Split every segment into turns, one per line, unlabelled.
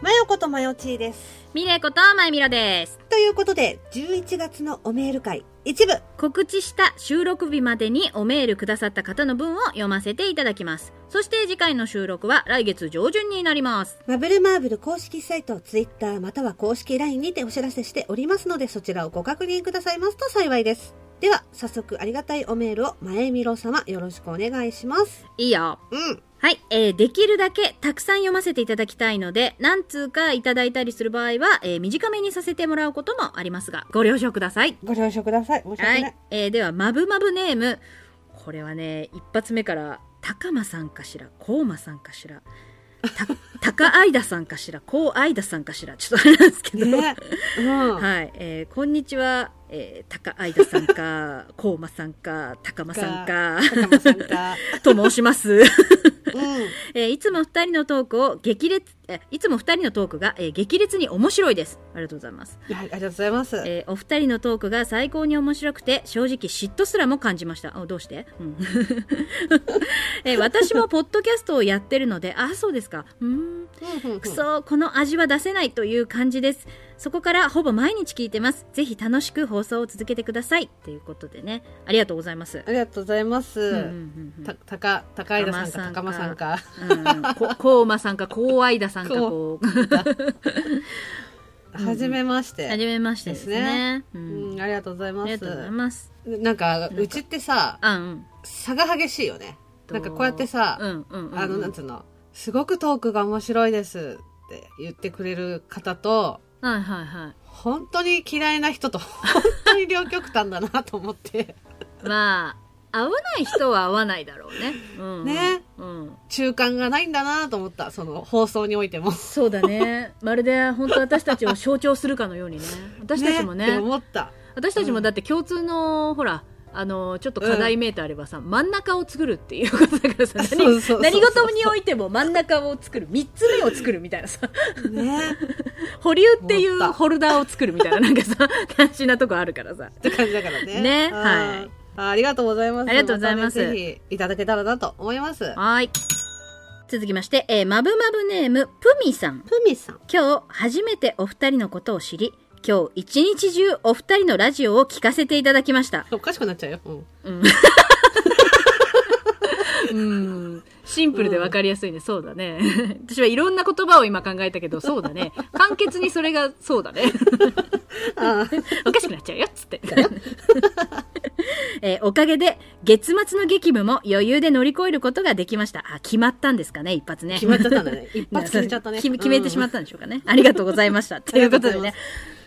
マヨことマヨチーです。
ミレイことまゆみろです。
ということで、11月のおメール会、一部。
告知した収録日までにおメールくださった方の文を読ませていただきます。そして次回の収録は来月上旬になります。
マブルマーブル公式サイト、ツイッターまたは公式 LINE にてお知らせしておりますので、そちらをご確認くださいますと幸いです。では、早速ありがたいおメールを、前見ろ様、よろしくお願いします。
いいよ。
うん。
はい、えー、できるだけたくさん読ませていただきたいので、何通かいただいたりする場合は、えー短めにさせてもらうこともありますが、ご了承ください。
ご了承ください。申し訳な。
はいい、えーではまぶまぶネームこれはね一発目から高間さんかしら高間さんかしらた 高愛田さんかしら高愛田さんかしらちょっとあれなんですけど、
ね。うん。
はい、えーこんにちは、えー高愛田さんか 高間さんか高間さんか
高間さん か。
と申します。
うん。
えーいつも二人のトークを激烈、えーいつも二人のトークが、えー激烈に面白いです。ありがとうございます。
はい、ありがとうございます。
えーお二人のトークが最高に面白くて正直嫉妬すらも感じましたあどうして、うん えー私もポッドキャストをやってるのであそうですかうー
う
ん
んうんうん
くそこの味は出せないという感じですそこからほぼ毎日聞いてますぜひ楽しく放送を続けてくださいということでねありがとうございます
ありがとうございます。
うんうんうんうん
た、たか、高井田さんか、高間さんか。
うんこ こうまさんかこうあいださんかこうん
はじめまして。
はじめましてですねう
うんん、ありがとうござい
あ
ま
りが
す
とう。ございます
なんか、
んか
うちってさ、
あうん
差が激しいよね。
と
なんかこうやってさ、
うんうんうんうん
あの、なんつうの、すごくトークが面白いですって言ってくれる方と、
はいはいは
本当に嫌いな人 と、本当に両極端だなと思って、
い。まあ、合わない人は合わないだろうね。うん、
ね。
うん。
中間がないんだなと思った、その放送においても。
そうだ ね。まるで本当私たちを象徴するかのようにね。私たちも
って
ね、
思った。
私たちもだって共通の、ほら、あの、ちょっと課題メーターあればさ、真ん中を作るっていうことだからさ、何
そうそうそう
何事においても真ん中を作る、三つ目を作るみたいなさ、
ね。
保留ってい
思っ
う
た
ホルダーを作るみたいな、なんかさ、単純なとこあるからさ。
って感じだからね。
ね
うん
はい
あ。ありがとうございます。
ありがとうございます
たねぜひいただけたらなと思います。
はい。続きまして、えー、まぶまぶネーム、ぷみさん。
ふみさん。
今日初めてお二人のことを知り今日一日中お二人のラジオを聞かせていただきました
おかしくなっちゃうよ。うん。
うんうんシンプルで分かりやすいね、そうだ ね私はいろんな言葉を今考えたけどそうだね簡潔にそれがそうだね
あ
おかしくなっちゃうよっつって、 えーおかげで月末の激務も余裕で乗り越えることができましたあ決まったんですかね一発ね
決まっちゃったんだ ね。一発決めちゃったね。
決め決めてしま
っ
ったんでしょうかね。ありがとうございました。ということで
ありが
ね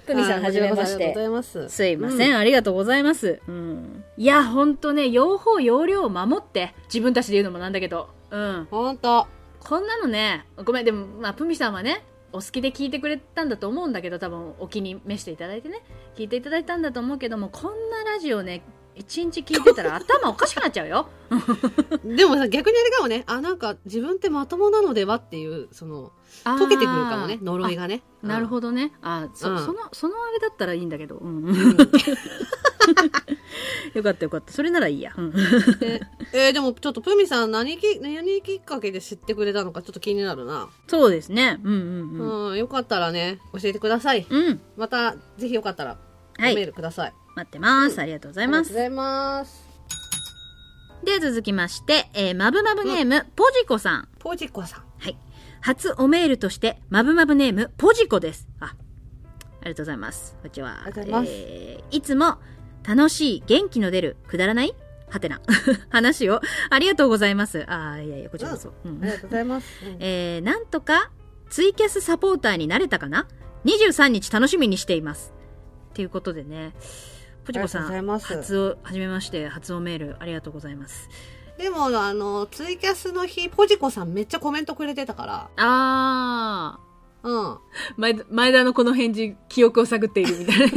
と。
久美さん、はじめまし
ありがと
て。
うございます。
すいません,、
う。
ありがとうございます。うん。いや、ほんとね、用法、用量を守って、自分たちで言うのもなんだけど、うん。
ほんと。
こんなのね、ごめん、でも、まあ、プミさんはね、お好きで聞いてくれたんだと思うんだけど、多分、お気に召していただいてね、聞いていただいたんだと思うけども、こんなラジオね、一日聞いてたら頭おかしくなっちゃうよ。
でもさ、逆にあれかもね。あ、なんか自分ってまともなのではっていう、その、
あー
溶けてくるかもね。呪いがね。
なるほどね。あ、そ、
うん
その、そのあれだったらいいんだけど。うん
ど。うん
よかったよかった。それならいいや。うん
えー、でもちょっとプミさん何き、何きっかけで知ってくれたのかちょっと気になるな。
そうですね。うんうんうん。
うん、よかったらね、教えてください。
うん。
また、ぜひよかったら、お
は
メー
い。
ルください。
待ってます。ありがとうござ
あ
い
りが
ま
とう
す
ご。ざいます。
では続きまして、えー、まぶまぶネーム、ポジコさん。
ポジコさん。
はい。初おメールとして、まぶまぶネーム、ポジコです。あ、ありがとうございます。こんにちは。
ありがとうございます
えーいつも、楽しい、元気の出る、くだらないはてな。 話を、ありがとうございます。あーいやいや、こちらこそ。うん
ありがとうございます。うん
えーなんとかツイキャスサポーターになれたかな23日楽しみにしていますっていうことでねポチコさ
ありがとうんございます
初をはじめまして初おメールありがとうございます
でも、あの、ツイキャスの日、ポジコさんめっちゃコメントくれてたから。
あー
うん。
前前田のこの返事記憶を探っているみたいな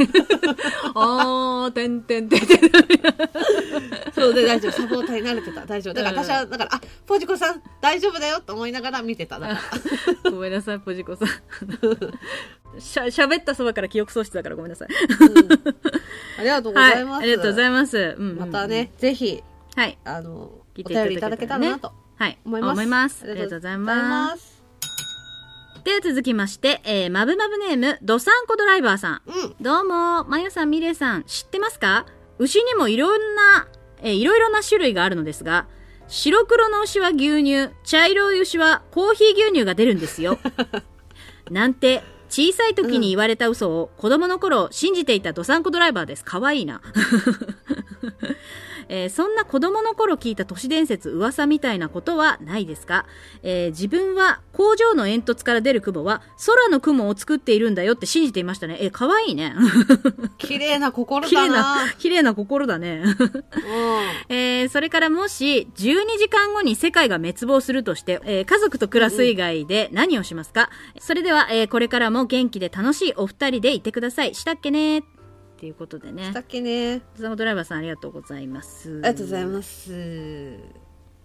あーてんてんてんてん
そうで、大丈夫。サポーターに慣れてた。大丈夫。だから私は、だから、あ、ポジコさん大丈夫だよと思いながら見てた。 だから
ごめんなさいポジコさん しゃ喋ったそばから記憶喪失だからごめんなさい
ありがとうご
は
ざ
い
います。
ありがとうございます、うんうんうん
またね、ぜひ、
はい
あの、
聞い
お
て
便り
い
い
た
た
だ
だ
け
け
た
た
ら
ら
ね
なと
はい
思います。
思いますありがとうございます
す。
では続きまして、えー、まぶまぶネーム、ドサンコドライバーさん。
うん。
どうも、まゆさん、みれいさん、知ってますか牛にもいろんな、えーいろいろな種類があるのですが、白黒の牛は牛乳、茶色い牛はコーヒー牛乳が出るんで すよ。なんて、小さい時に言われた嘘を子供の頃信じていたドサンコドライバーです。かわいいな。 えーそんな子供の頃聞いた都市伝説噂みたいなことはないですか、えー自分は工場の煙突から出る雲は空の雲を作っているんだよって信じていましたね。えー、かわいいね。
綺麗な心
綺麗
だ
な
な。、
綺麗な心だね。えーそれからもし、12時間後に世界が滅亡するとして、えー家族と暮らす以外で何をしますか、それでは、えーこれからも元気で楽しいお二人でいてください。したっけねっていうことで
う
ね
ん。だ。っけね。
ドサンコドライバーさんありがとうございます。
ありがとうござい
す。
ます。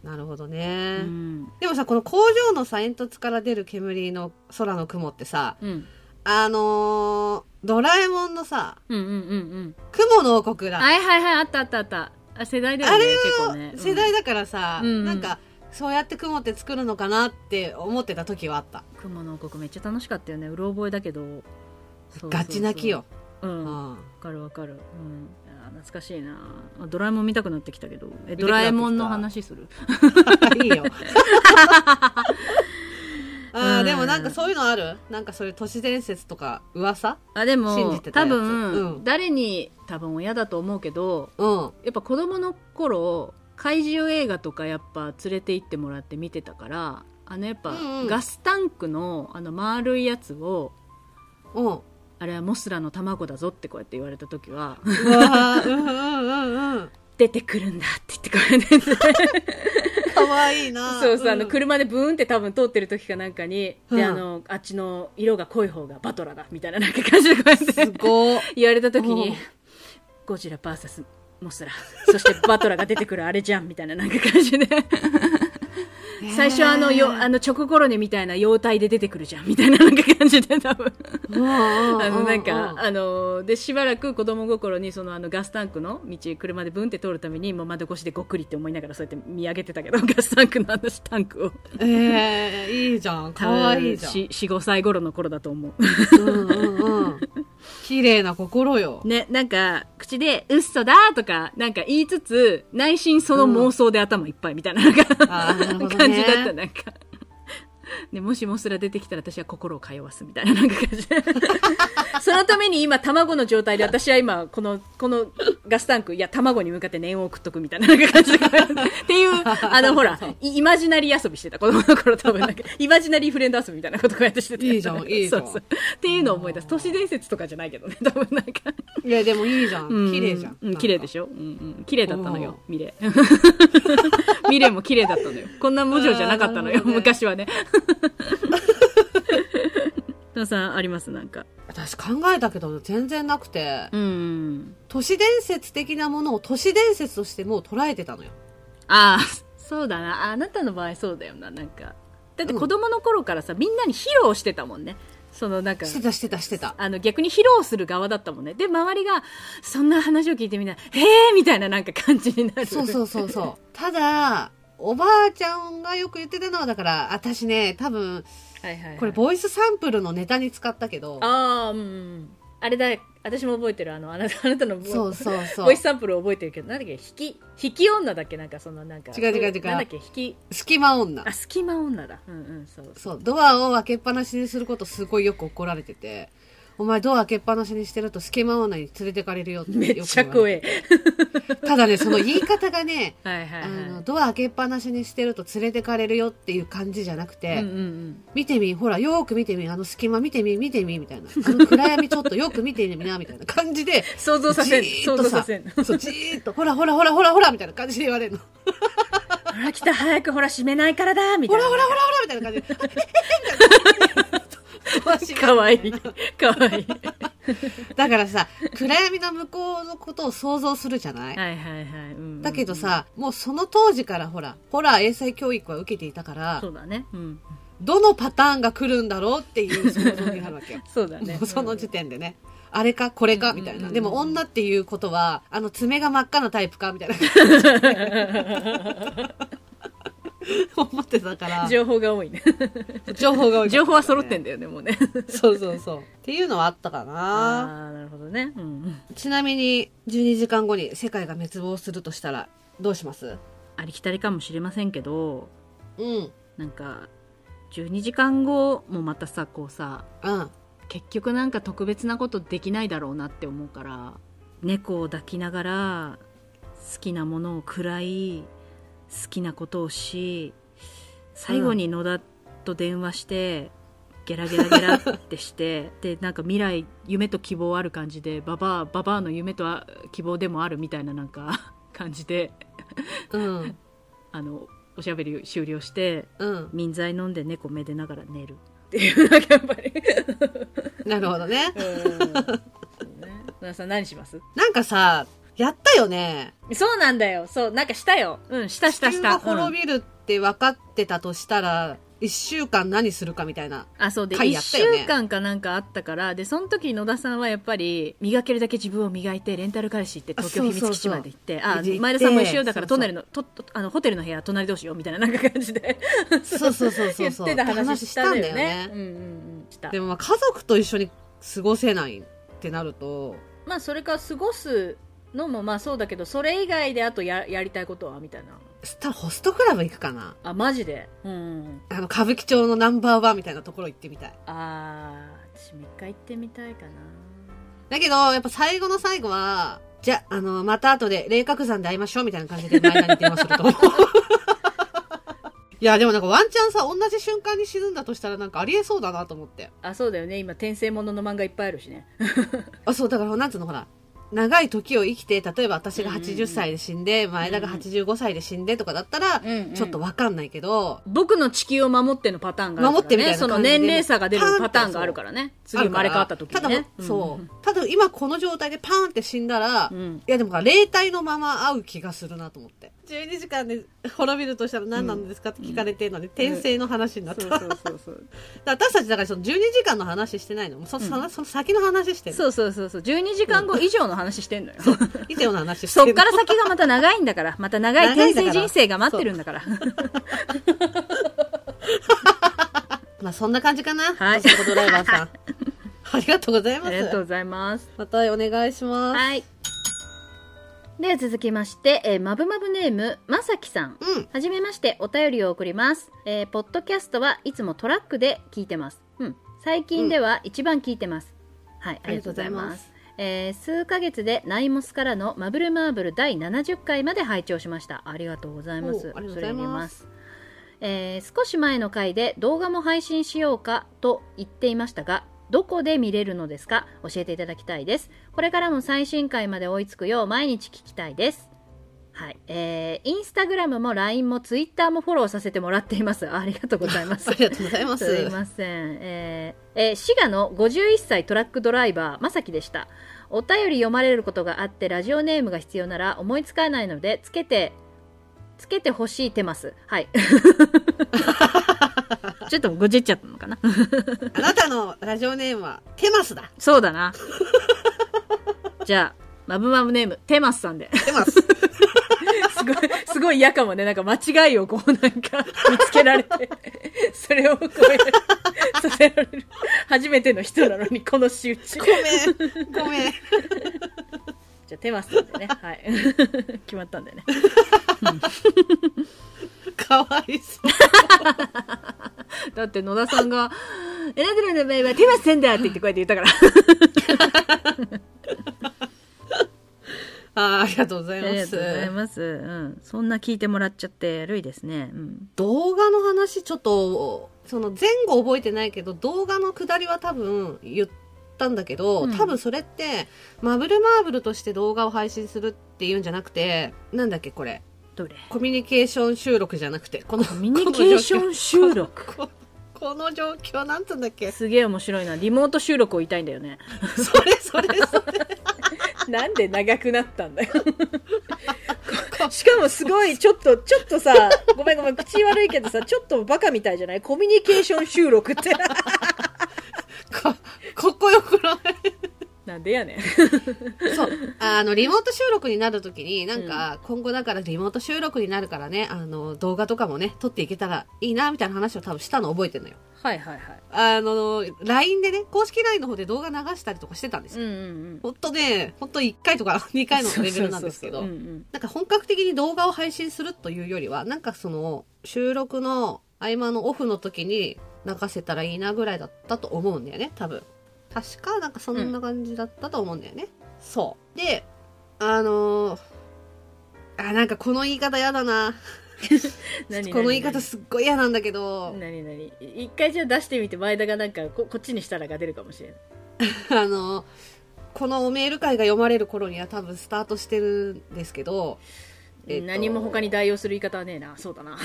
なるほど
う
ね。
ん。
でもさ、この工場のさ、煙突から出る煙の空の雲ってさ、
うん。
あのー、ドラえもんのさ、
うんうんうんうん。
雲の王国だ。
はいはいはい、あったあったあった。あ世代だよね、結構ね。うん
世代だからさ、
うん
なんか、そうやって雲って作るのかなって思ってた時はあった。
雲の王国めっちゃ楽しかったよね。うろ覚えだけど。そうそうそう
ガチ泣きよ。。
うん。
うん
わかるわかる、うん、あー懐かしいなあドラえもん見たくなってきたけどえ
見た
ド
くなっ
ラ
てきた
えもんの 話する
いい よ。あ
う
ー
ん
でもなんかそういうのあるなんかそういう都市伝説とか噂
あで
信
も
じてた
多
やつ
分、
うん
誰に多分親だと思うけど
うん。
やっぱ子供の頃怪獣映画とかやっぱ連れて行ってもらって見てたからあのやっぱ、
うんうん
ガスタンクのあの丸いやつを
うん。うわ
あれはモスラの卵だぞってこうやって言われた時は
ーうんうんうんうん。
出てくるんだって言ってこうやって
かわいいな。
そうそう、あの
ん
車でブーンって多分通ってる時かなんかに、
うん
であのあっちの色が濃い方がバトラだみたいななんか感じでこうやって
すごい。
言われた時
う
に
ん
ゴジラ VS モスラそしてバトラが出てくるあれじゃんみたいななんか感じで 最初はあのよあのチョココロネみたいな妖体で出てくるじゃんみたいななんか感じで多分あ
あ
のなんか、あのでしばらく子供心にそのあのガスタンクの道車でブンって通るためにもう窓越しでごっくりって思いながらそうやって見上げてたけどガスタンクのあのタンクを
ええいいじゃん。かわいいじゃん。
45歳頃の頃だと思
うんうんうん。綺麗な心よ
う。ねなんか口で「うっそだ」とかなんか言いつつ内心その妄想で頭いっぱいみたいななんか、
あーなるほどね
感じだったなんか。でもしモスラ出てきたら私は心を通わすみたいななんか感じでそのために今卵の状態で私は今このこのガスタンクいや卵に向かって念を送っとくみたいななんか感じでっていうあのほらいイマジナリー遊びしてた子供の頃多分なんかイマジナリーフレンド遊びみたいなことこうやってしてた
いいじゃんいいじゃん
そうそうっていうのを思い出す都市伝説とかじゃないけどね多分なんか
いや、でもいいじゃん。
う
綺麗じゃん。
う綺麗で
ょ。
しょ、うんうん、綺麗だったのよミ レミレも綺麗だったのよこんな文字じゃなかったの
あーな
よ、
るほどね
昔はね 田中さんありますなんか
私考えたけど、全然なくて、
うん
都市伝説的なものを都市伝説としてもう捉えてたのよ。
ああそうだなああなたの場合そうだよななんかだって子供の頃からさみんなに披露してたもんねそのなんか
してたしてたしてた。
あの逆に披露する側だったもんねで周りがそんな話を聞いてみたらへえみたいななんか感じになる
そうそうそうそう。ただ、おばあちゃんがよく言ってたのは、だから、私ね、多分、
はいはいはい
これ、ボイスサンプルのネタに使ったけど、
ああうんうんあれだ私も覚えてるあのあなた あなたのボイ
そうそうそう。
ボイスサンプルを覚えてるけどなんだっけ引き引き女だっけなんかそのなんか
違う違う違うん
なんだっけ引き
隙間女
あ。隙間女だうんうんそう
そう、ドアを開けっぱなしにすることすごいよく怒られてて、お前ドア開けっぱなしにしてると隙間女に連れてかれるよってよく
め
言われ。
ってちゃ怖え
ただね、その言い方がね、
はいはいは
あ
い
の、ドア開けっぱなしにしてると連れてかれるよっていう感じじゃなくて、
うんうんうん
見てみ、ほら、よーく見てみ、あの隙間見てみ、見てみ、みたいな。あの暗闇ちょっとよく見てみな、みたいな感じで、
想像させん
じー
想
っと
像さ
さ
せん
そう、じーっと、ほらほらほらほらほら、みたいな感じで言われ るの。
ほら来た早くほら閉めないからだみた
ほ
い
ら
な
ほらほらほら、みたいな感じで。
かわいいかわいい
だからさ、暗闇の向こうのことを想像するじゃない、
はいはいはい、うんうんうん
だけどさ、もうその当時からほら、ホラー英才教育は受けていたから
そ、うだねうん。
どのパターンが来るんだろうっていう想像になるわけよ
そうだね
もうその時点でね。あれかこれかみたい
うんうんうんう
な。
ん
でも女っていうこと は、あの爪が真っ赤なタイプかみたいな。思ってたから
情報が多いね
情報が多い
情報は揃ってん
だ
だよねもうね
そうそうそうっていうのはあったかな
ああーなるほどね、うん、
ちなみに12時間後に世界が滅亡するとしたらどうします
ありきたりかもしれませんけど
うんうん
なんか12時間後もまたさこうさ
あ
結局なんか特別なことできないだろうなって思うから猫を抱きながら好きなものを食らい好きなことをし最後に野田と電話して、ゲラゲラゲラってしてでなんか未来夢と希望ある感じでババアババアの夢とあ希望でもあるみたいななんか感じで
うん
あのおしゃべり終了して
うん
民剤飲んで猫めでながら寝るっていうなんかやっぱり。
なるほどね
うん。さん何します
なんかさやったよね
そうなんだよ。そう、なんかしたよ。うん、したしたした。
地球が滅びるって分かってたとしたら、一週間何するかみたいな。
あ、そうで、
回
一
やったよね
週間かなんかあったから、で、その時野田さんはやっぱり、磨けるだけ自分を磨いて、レンタル彼氏行って、東京秘密基地まで行って、
そうそうそう
あ、前田さんも一緒よだから、
そうそう
隣の、と、とあの、ホテルの部屋、隣同士よ、みたいななんか感じで、
そうそうそうそうそう。
言ってた話したんだよね。
話したんだよ
うんうんうん。した
で。もまあ家族と一緒に過ごせないってなると、
まあ、それから過ごすのも、まあそうだけど、それ以外であとや、やりたいことはみたいな。
スタホストクラブ行くかな
あ、マジで。うんうんうん。
あの、歌舞伎町のナンバーワンみたいなところ行ってみたい。
あー私も一回行ってみたいかな
だけど、やっぱ最後の最後は、じゃあ、あの、また後で、霊覚山で会いましょうみたいな感じで前田に電話する と思う。いや、でもなんかワンチャンさ、同じ瞬間に沈んだとしたらなんかありえそうだなと思って。
あそうだよね今転生ものの漫画いっぱいあるしね
あそうだからなんつうのほら長い時を生きて例えば私が
うんうんうん
80歳で死んで、前田が85歳で死んでとかだったら、
うんうん
ちょっとわかんないけど、
僕の地球を守ってのパターンがあるから、ね、
守ってみたいな
そ
感じで
の年齢差が出るパターンがあるからね次
あ
生
るから
まれ変わった時にね
ただそう、ただ今この状態でパーンって死んだら、
うん、
い
うん
やでもほら霊体のまま会う気がするなと思って12時間で滅びるとしたら何なんですかって聞かれてるのに、転生の話になった、
そう
だ
そ
か
うそうそう
ら私たちだからその12時間の話してないのもうそ,、そのその先の話してる
そうそうそうそう12時間後以上の話してんのよ
以上の話して
そ
る
っから先がまた長いんだからまた長い転生人生が待ってるんだから
まあそんな感じかな
はい
高速ドライバー さんありがとうございま
あ
す
りがとうございます
またお願いします。
はいでは続きまして、えー、まぶまぶネームまさきさん
うん。
はじめまして、お便りを送ります。えーポッドキャストはいつもトラックで聞いてます。うん。最近では一番聞いてます。はい、ありがとうございます。えー数ヶ月でナイモスからのマブルマーブル第70回まで拝聴しました。ありがとうございます。
おありがとうございます
それにえー少し前の回で動画も配信しようかと言っていましたが、どこで見れるのですか教えていただきたいです。これからも最新回まで追いつくよう毎日聞きたいです。はい。えー、インスタグラムも LINE も Twitter もフォローさせてもらっています。ありがとうございます
あ。りがとうございます
い
す。
ません。えーえー滋賀の51歳トラックドライバー、まさきでした。お便り読まれることがあって、ラジオネームが必要なら思いつかないので、つけて、つけてほしいてます。 はい。ちょっとごじっちゃったのかな
あなたのラジオネームはテマスだ。
そうだな。じゃあ、マブマブネーム、テマスさんで。
テマス。
すごい、すごい嫌かもね。なんか間違いをこうなんか見つけられて、それをこうさせられる。初めての人なのに、この仕打ち。
ごめん。ごめ ん。
じゃあ、テマスなんで ね。はい。決まったんだよね。
かわいそう。
だって野田さんが、えらてるんだべはテマスせんだって言ってこうやって言ったから。
あーありがとうございます。
ます。うん。そんな聞いてもらっちゃって、るいですね。うん。
動画の話ちょっと、その前後覚えてないけど、動画の下りは多分言ったんだけど、
うん
多分それって、マブルマーブルとして動画を配信するっていうんじゃなくて、なんだっけこれ。
どれ
コミュニケーション収録じゃなくて、この、コ
ミュニケーション収録。
ここの状況なんつうんだっけ
すげえ面白いな。リモート収録を言いたいんだよね。
それそれそれ。
なんで長くなったん だよ。しかもすごい、ちょっと、ちょっとさ、ごめんごめん、口悪いけどさ、ちょっとバカみたいじゃないコミュニケーション収録って。
こ、ここよくない
なんなんでやねん。
そう。あの、リモート収録になるときに、なんか、今後だからリモート収録になるからね、あの、動画とかもね、撮っていけたらいいな、みたいな話を多分したの覚えてるのよ。
はいはいはい。
あの、LINE でね、公式 LINE の方で動画流したりとかしてたんです
うん
よ。
うんうん。
ほんとね、ほんと1回とか2回のレベルなんですけ
そ
ど
うそう、そううんうん
なんか本格的に動画を配信するというよりは、なんかその、収録の合間のオフの時に流せたらいいなぐらいだったと思うんだよね、多分。確か、なんかそんな感じだったと思うんだよね。そう。で、あのーあ、なんかこの言い方やだな。
何
この言い方すっごい嫌なんだけど、
何何一回じゃあ出してみて前田がなんかここっちにしたらが出るかもしれない
あのーこのメール会が読まれる頃には多分スタートしてるんですけど、えっと
何も他に代用する言い方はねえなそうだな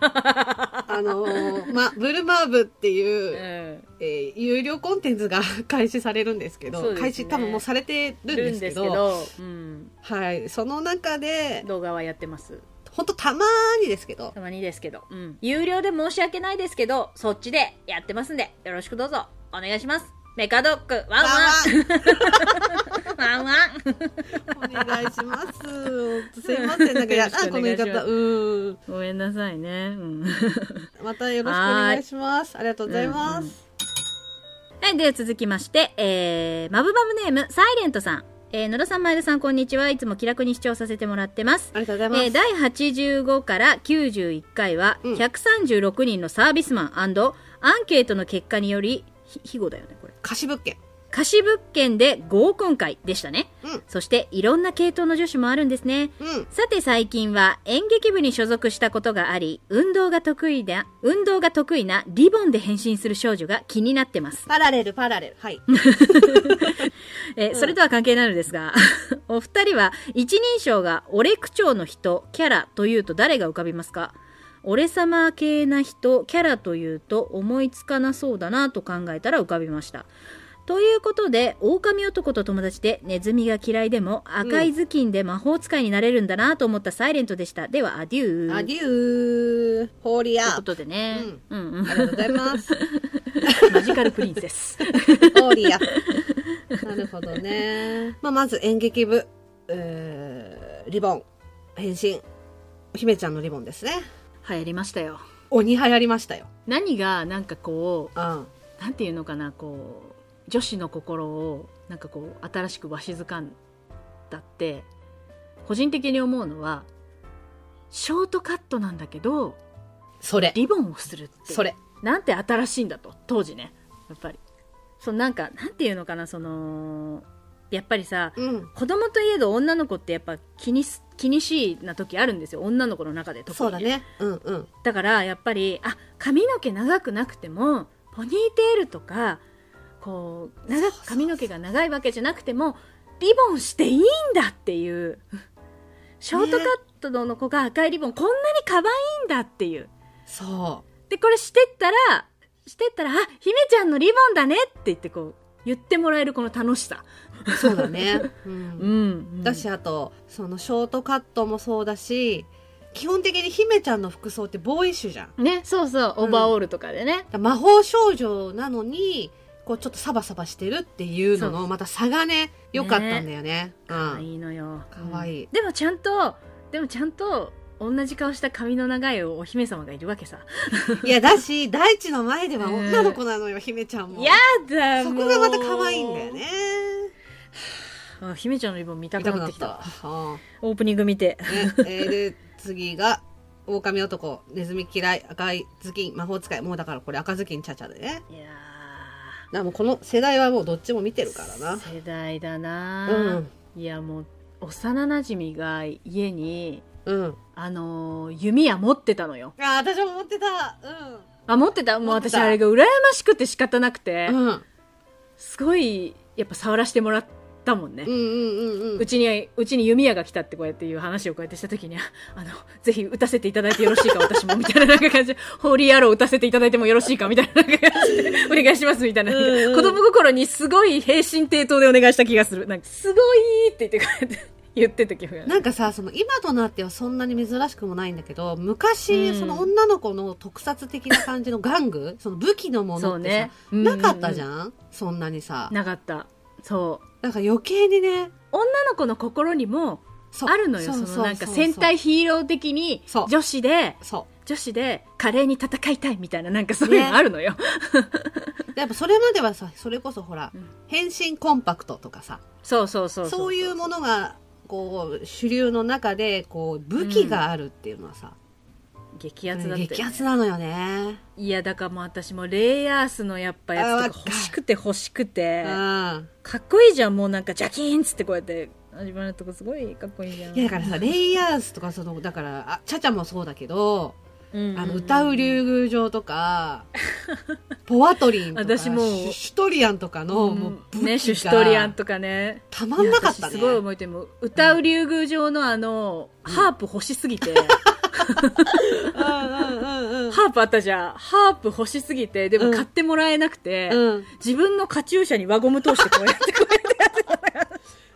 あのーま、ブルマーブっていう
う、ん
えー有料コンテンツが開始されるんですけど
そうですね
開始多分もうされてるん
る
で
ん
す
で
け
すけ
ど
ど、うん、
はい、その中で
動画はやってます
本当たまーにですけど
たまにですけど、うん、有料で申し訳ないですけどそっちでやってますんでよろしくどうぞお願いしますメカドッグワンワンワンワン
お願いしますほんとすいませんなんかやだ
よろしく
こ
お
の
願
言い
いします
方うーん
ごめんなさいね、うん、
またよろしくお願いしますありがとうございます、
はい、では続きまして、えー、マブマブネーム、サイレントさん。えー、野田さん、前田さん、こんにちは。いつも気楽に視聴させてもらってます。
ありがとう
え
ござい
ー、
ます、
第85から91回は、
うん
136人のサービスマンアンケートの結果により、ひ、ひごだよね、これ。
貸し物件
貸し物件で合コン会でしたね。
うん
そして、いろんな系統の女子もあるんですね。
うん
さて最近は演劇部に所属したことがあり、運動が得意な、運動が得意なリボンで変身する少女が気になってます。
パラレルパラレルはい
えーそれとは関係ないのですが、 お二人は一人称が俺口調の人、キャラというと誰が浮かびますか俺様系な人、キャラというと思いつかなそうだなと考えたら浮かびました。ということで、狼男と友達でネズミが嫌いでも赤い頭巾で魔法使いになれるんだなと思ったサイレントでした。では、アデュー。
アデューホーリ
という
ア
ことでね。うん、うん、
ありがとうございます
マジカルプリンセ ス。
オー リア。なるほどね。まあ、まず演劇部、えーリボン、変身。姫ちゃんのリボンですね。
流行りましたよ。
鬼流行りましたよ。
何がなんかこう、
うん。
なんていうのかなこう女子の心をなんかこう新しくわしづかんだって個人的に思うのはショートカットなんだけど
それ。
リボンをするって
それ。
なんて新しいんだと当時ねやっぱりそうなんかなんていうのかなそのやっぱりさ
うん。
子供といえど女の子ってやっぱ気にす気にしいな時あるんですよ女の子の中で特に
そうだね。うんうん。
だからやっぱりあ髪の毛長くなくてもポニーテールとかこう長
そうそう
く髪の毛が長いわけじゃなくてもリボンしていいんだっていうショートカットの子が赤いリボン、こんなに可愛いんだっていう
そ
でこれしてったらしてったらあ姫ちゃんのリボンだねって言ってこう言ってもらえるこの楽しさ
う。そうだね。 う。
うんん
だし、あと、そのショートカットもそうだし、基本的に姫ちゃんの服装ってボーイッシュじゃん。
ねそうそうオーバーオールとかで
だ
ね、
から魔法少女なのに、こうちょっとサバサバしてるっていうの
そ
の、また差がね、良かったんだよね。うん。
可愛いのよ
可愛い
うんでもちゃんとでもちゃんと同じ顔した髪の長いお姫様がいるわけさ
いや、だし、大地の前では女の子なのよ、姫ちゃんも。
やだ
そ
も
こ
う
がまた可愛いんだよね。
あ姫ちゃんのリボン見た
見た
く
く
なっ
なっ
てきた
た。うん
オープニング見て
ねえーで、次が、狼男、ネズミ嫌い、赤い頭巾、魔法使い。もうだからこれ赤頭巾ちゃちゃでね。だか
いや
らもうこの世代はもうどっちも見て
ー
るからな。
世代だな
うん。
いやもう幼なじみが家に
うん。
あのー弓矢持ってたのよ
あー、私も思ってた。う
あ持ってたもう
持って
私
た
あれが羨ましくて仕方なくて、
ん。うん。
すごいやっぱ触らせてもらったもんね
うんうんうんう。
うんちに、うちに弓矢が来たってこうやっていう話をこうやってした時に、ああの、ぜひ打たせていただいてよろしいか、私も、みたいななんか感じで、 ホーリーアロー打たせていただいてもよろしいか、みたいななんか感じで、お願いします、みたい
う
な。
んうん
子供心にすごい平身低頭でお願いした気がする。なんか、すごいって言ってこうやって言ってた気が
なんかさ、その今となってはそんなに珍しくもないんだけど、昔、
うん
その女の子の特撮的な感じの玩具、その武器のものってさ、なかったじ
ん。
ゃんそんなにさ。
なかった。そう
なんか余計にね
女の子の心にも
そう
あるのよ
う
そう
う
のなんか戦隊ヒーロー的に
そう
女子で
そう
女子で華麗に戦いたいみたいななんかそういうのあるのよ、
でやっぱそれまではさそれこそほら、
うん
変身コンパクトとかさ
そうそうそう
そういうものがこう主流の中でこう武器があるっていうのはさ、
激アツだったよ
激アツなのよね、
いやだからもう私もレイヤースのやっぱやつとか
あわかる
欲しくて欲しくて
うん
かっこいいじゃんもうなんかジャキーンっつってこうやって始まるとこすごいかっこいいじゃん
いやだからさレイヤースとかそのだからあちゃちゃもそうだけど、
うんうん
あの歌う竜宮城と かポアトリンとか
私もう
シュシュトリアンとかの、もう武器が、
ねシュシュトリアンとかね
たまんなかった
いや私す
ね
ごい覚えてるもう歌う竜宮城のあの、ハープ欲しすぎて、
うんうんうんうん
ハープあったじゃんハープ欲しすぎてで
う
も
ん
買ってもらえなくて、
うん
自分のカチューシャに輪ゴム通してこうやってこうやって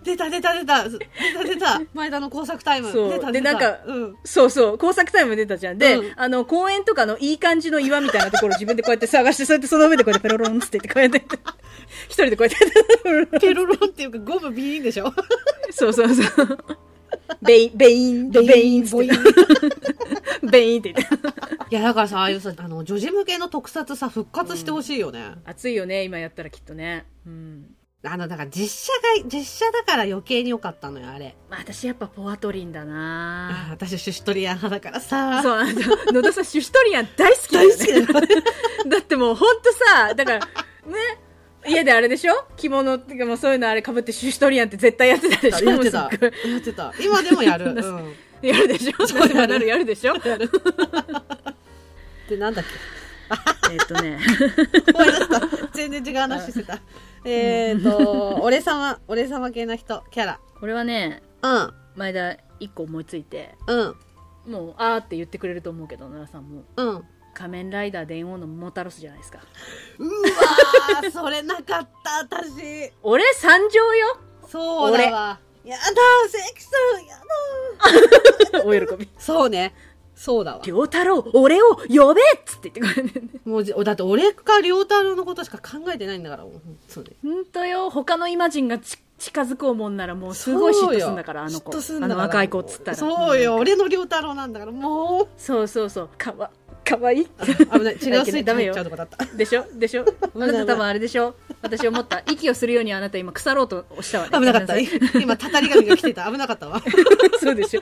出た出た出た出た出た前田の工作タイム
そう
出た
で
出た
なんか
うん、
そうそう、工作タイム出たじゃん。で、
うん
あの、公園とかのいい感じの岩みたいなところを 自分でこうやって探して、そうやってその上でこうやってペロロンっつって言って、こうやって、 一人でこうや って、
ペロロンっていうかゴムビーンでしょ
そうそうそう。ベイン、ベイン、ベイン っつっ
ボイン
て、ベインって言って。
いやだからさああいうさあの女児向けの特撮さ復活してほしいよね、
暑いよね、今やったらきっとね。うん。
あのだから実写が実写だから余計に良かったのよあれ
まあ、私やっぱポアトリン
あ
だ
ー
な
私シュシュトリアン派だからさ
そう、あの野田さん、シュシュトリアン大好きだ
大
よ
好
ね
き。だよ
だってもうほんとさ、だから、ね、家であれでしょ着物っていうかもうそういうのあれ被ってシュシュトリアンって絶対やってたでしょ
やってた
もうすっごい
やってた今でもや る、う
そ
ん、
やるでし ょ
そうやる
なるやるで しょ
でなんだっ
えっとね。
け思い出した全然 違う話してたえっと俺様俺様系の人キャラ
これはね、
うん
前田一個思いついて、
うん
もう、あーって言ってくれると思うけど、奈良さんも。
うん
仮面ライダー伝王のモタロスじゃないですか。
うわーそれなかった私
俺参上よ
そうだわやだー関さんやだ
お喜 び。
ーそうねそうだわ
良太郎、俺を呼べっつって言ってくれるんだよね。
もうじだって俺か良太郎のことしか考えてないんだからもうそうね
ほんとよ、他のイマジンがち近づく思んならもうすごい嫉妬すんだから、あの子。
嫉妬すん
あ
だか
の
ら
若い子っつったら。
そうよ
ん
俺の良太郎なんだからも う
そうそうそう。かわ、かわいい。
危ない違うスイッチ
ダメ
入
よ
っちゃうとかだった
でしょで しょあなた多分あれでしょ私思った。息をするようにあなた今腐ろうとしたわね。
危なかった。
ごめん
今、たたり神が来てた。危なかったわ。
なさいそうでしょ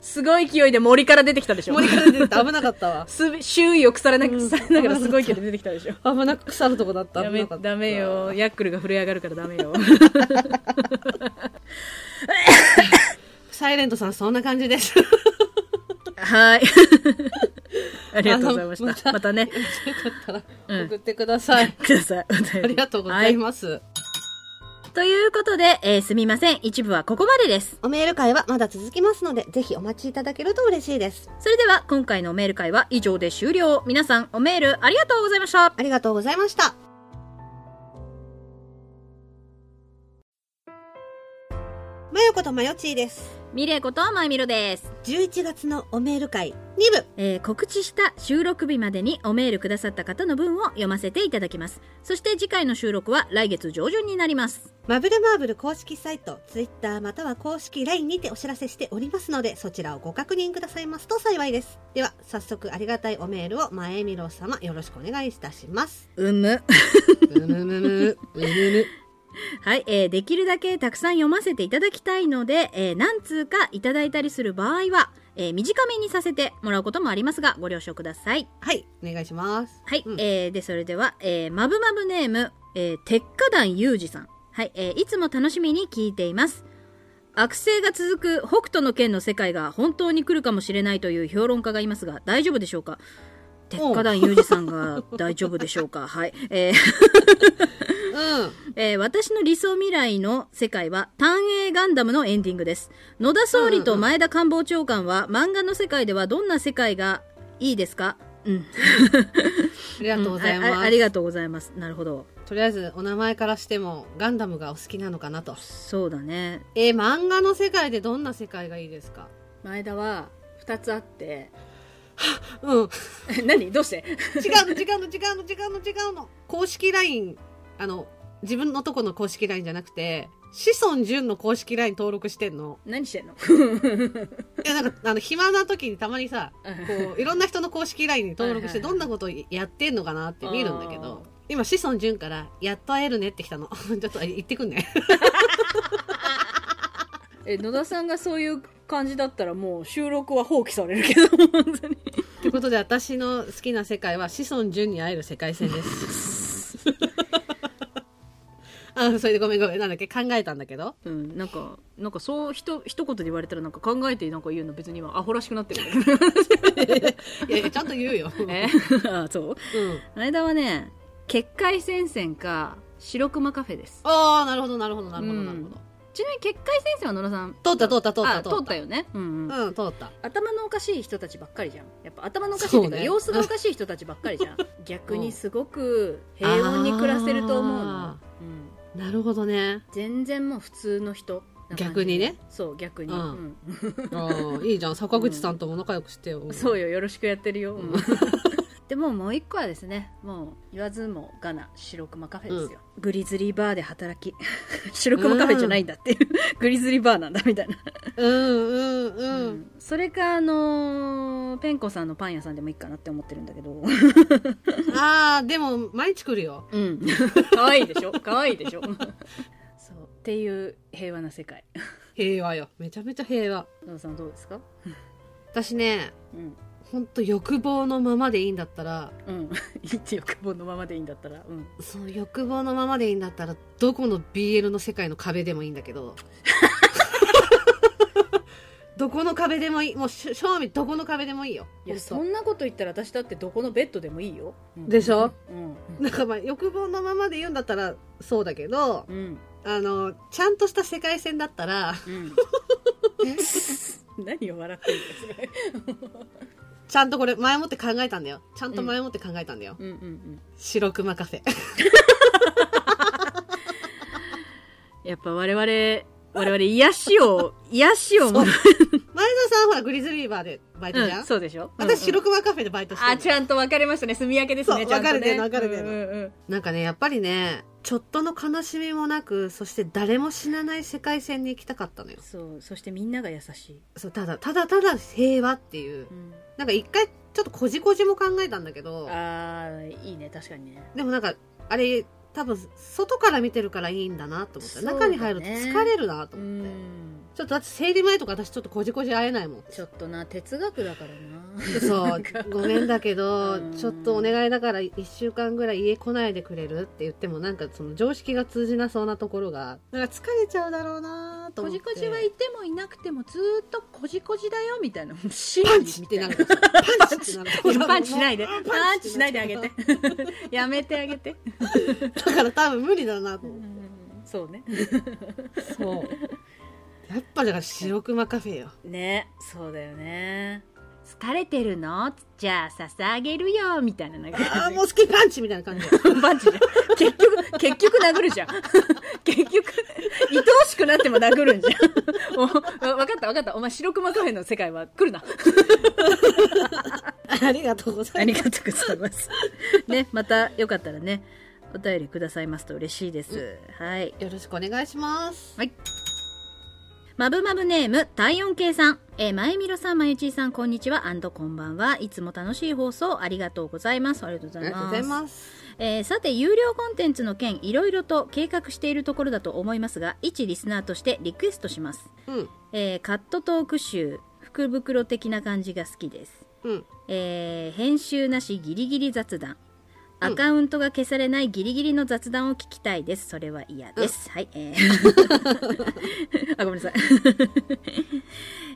すごい勢いで森から出てきたでしょ
森から出てた。危なかったわ。
すべ周囲を腐らなく、
うん
腐らながらすごい勢いで出てきたでしょ
危なく腐るとこだった。
ダメ
危なかった
ダメ。よヤックルが震え上がるからダメ よ
サイレントさん、そんな感じです。
はい ありがとうございまし
あのま
た
た
またね
よかった
う
ら、
ん
送ってください。
ください
ありがとうござ
はい
います。
ということで、えーすみません一部はここまでです
おメール会はまだ続きますので、ぜひお待ちいただけると嬉しいです。
それでは今回のメール会は以上で終了皆さんおメールありがとうございました
ありがとうございました。マヨことマヨチーです。
ミレイことまいみろです、
11月のおメール会2部。
えー告知した収録日までにおメールくださった方の分を読ませていただきますそして次回の収録は来月上旬になります
マブルマーブル公式サイト、ツイッターまたは公式 LINE にてお知らせしておりますので、そちらをご確認くださいますと幸いです。では、早速ありがたいおメールを前見ろ様よろしくお願いいたします。
うむ
うむむむむうむむ
はい、えーできるだけたくさん読ませていただきたいので、えー何通かいただいたりする場合は、えー短めにさせてもらうこともありますがご了承ください
はい、お願いします。
はい、
うん
えーでそれでは、えーマブマブネーム、えー、鉄火団ゆうじさんはい、えーいつも楽しみに聞いています悪性が続く北斗の剣の世界が本当に来るかもしれないという評論家がいますが大丈夫でしょうか鉄火団ゆうじさんが 大丈夫でしょうかはい、えー
う
えー私の理想未来の世界は単影ガンダムのエンディングです野田総理と前田官房長官は漫画の世界ではどんな世界がいいですかうん
ん、ありがとうございます。
んああありがとうございますなるほど
とりあえず、お名前からしても、ガンダムがお好きなのかなと。
そうだね
えー、漫画の世界でどんな世界がいいですか
前田は2つあって
うん。
何どうして
違うの違うの違うの違うの違うの公式 LINE あの自分のとこの公式 LINE じゃなくて、子孫淳の公式 LINE 登録してんの。
何してんの
いや、なんか、あの、暇な時にたまにさ、 こう、いろんな人の公式 LINE に登録して、
はいは
ど
い
んなことやってんのかなって見るんだけ
あー
ど、今、子孫淳から、やっと会えるねって来たの。 ちょっと行ってくんね。
え野田さんがそういう感じだったらもう収録は放棄されるけど 本当に
ということで、私の好きな世界は、子孫淳に会える世界線です。 あ、それでごめんごめん。なんだっけ考えたんだけど。
うんなんかなんかそうひと一言で言われたらなんか考えてなんか言うの別に今アホらしくなって
い
る
やいや、ちゃんと言うよ。
え あそ
う
う
ん。
間はね結界戦線か白熊カフェです
ああ、なるほど、なるほど、なるほど、なるほど。
ちなみに結界戦線は野田さん
通った通った通った
あ通ったよねうん、うん
うん、通った。
頭のおかしい人たちばっかりじゃんやっぱ頭のおかしいっていうか
そうね
様子がおかしい人たちばっか りじゃん逆にすごく平穏に暮らせると思うの
あ、
うん、
なるほどね。
全然もう普通の人な感じ
逆にね
そう逆に、
う
うんん
ああ、いいじゃん。坂口さんとも仲良くしてよ。
そう
よ。
よよろしくやってるよ、
うん
うん でももう一個はですねもう言わずもがな白熊カフェですよ、グリズリーバーで働き 白熊カフェじゃないんだっていうグリズリーバーなんだみたいな、
うん、うん、うん。
うんそれかあのーペンコさんのパン屋さんでもいいかなって思ってるんだけど
ああ、でも、毎日来るよ。
うん。 可愛いでしょ可愛いでしょ そう。っていう平和な世界。
平和よ。めちゃめちゃ平和。
野田さんどうですか
私ね、
うん。
ほんと欲望のままでいいんだったら、
うん。 いいって欲望のままでいいんだったら。うん。
その欲望のままでいいんだったら、どこの BL の世界の壁でもいいんだけ ど。どこの壁でもいい。もう、し正味、どこの壁でもいいよ。
いや、
ほんと
そんなこと言ったら私だってどこのベッドでもいいよ。うん
でしょ
うん。
なんかまあ欲望のままで言うんだったらそうだけど
うん。
あのちゃんとした世界線だったら
うん。何を笑ってるんですか
ちゃんとこれ前もって考えたんだよちゃんと前もって考えたんだよ、
うんうんうん。
白熊カフェ
やっぱ我々、我々癒しを、癒しをもらう
前田さんほらグリズリーバーでバイトじゃん、
うんそうでしょ
私
うんう
白
ん
熊カフェでバイトしてる
あ、ちゃんと分かれましたね。住み分けですね。
そう
ちゃんとね
分かれてるの分かれてるの
うんうんうん
なんかねやっぱりねちょっとの悲しみもなくそして誰も死なない世界線に行きたかったのよ
そうそしてみんなが優しい、
そうただただただ平和っていうなんか一回ちょっとこじこじも考えたんだけど
ああいいね確かにね
でもなんかあれ多分外から見てるからいいんだなと思った、
そうだね
中に入ると疲れるなと
う
思って、
ん
ちょっとだって生理前とか私ちょっとこじこじ会えないもん
ちょっとな哲学だからな
そうごめんだけど
うん
ちょっとお願いだから1週間ぐらい家来ないでくれるって言ってもなんかその常識が通じなそうなところがなんか疲れちゃうだろうなと
こ
思っ
じ
て
こじはいてもいなくてもずーっとこじこじだよみたいなシ
パンチってなるからパンチってなるから
パンチしないで
もう
パンチしないであげて やめてあげて
だから多分無理だなと思って
そうね
そうやっぱだから白熊カフェよ
ねそうだよね疲れてるのじゃあささあげるよみたいななんか
ああもう好きパンチみたいな感じ
パンチじゃん結局、結局殴るじゃん。 結局、愛おしくなっても殴るんじゃん。 もうわわかったわかった。お前、白熊カフェの世界は来るな。
ありがとうござ
あ
いま
りがとうございます。 ね、またよかったらね、お便りくださいますと嬉しいです。はい。
す。よろしくお願いします。
はい。マブマブネーム、体温計さん。えー、まゆみろさん、まゆちーさん、こんにちは、アンドこんばんは。いつも楽しい放送ありがとうございます。ありがとうご
あ
ざ
り
い
がとうご
ま
ざいま
す。
す。
えーさて有料コンテンツの件いろいろと計画しているところだと思いますが一リスナーとしてリクエストします、
うん、
えーカットトーク集福袋的な感じが好きです、
うん、
えー編集なしギリギリ雑談
うん
アカウントが消されないギリギリの雑談を聞きたいです。それは嫌です。はい。えー あ、ごめんなさい。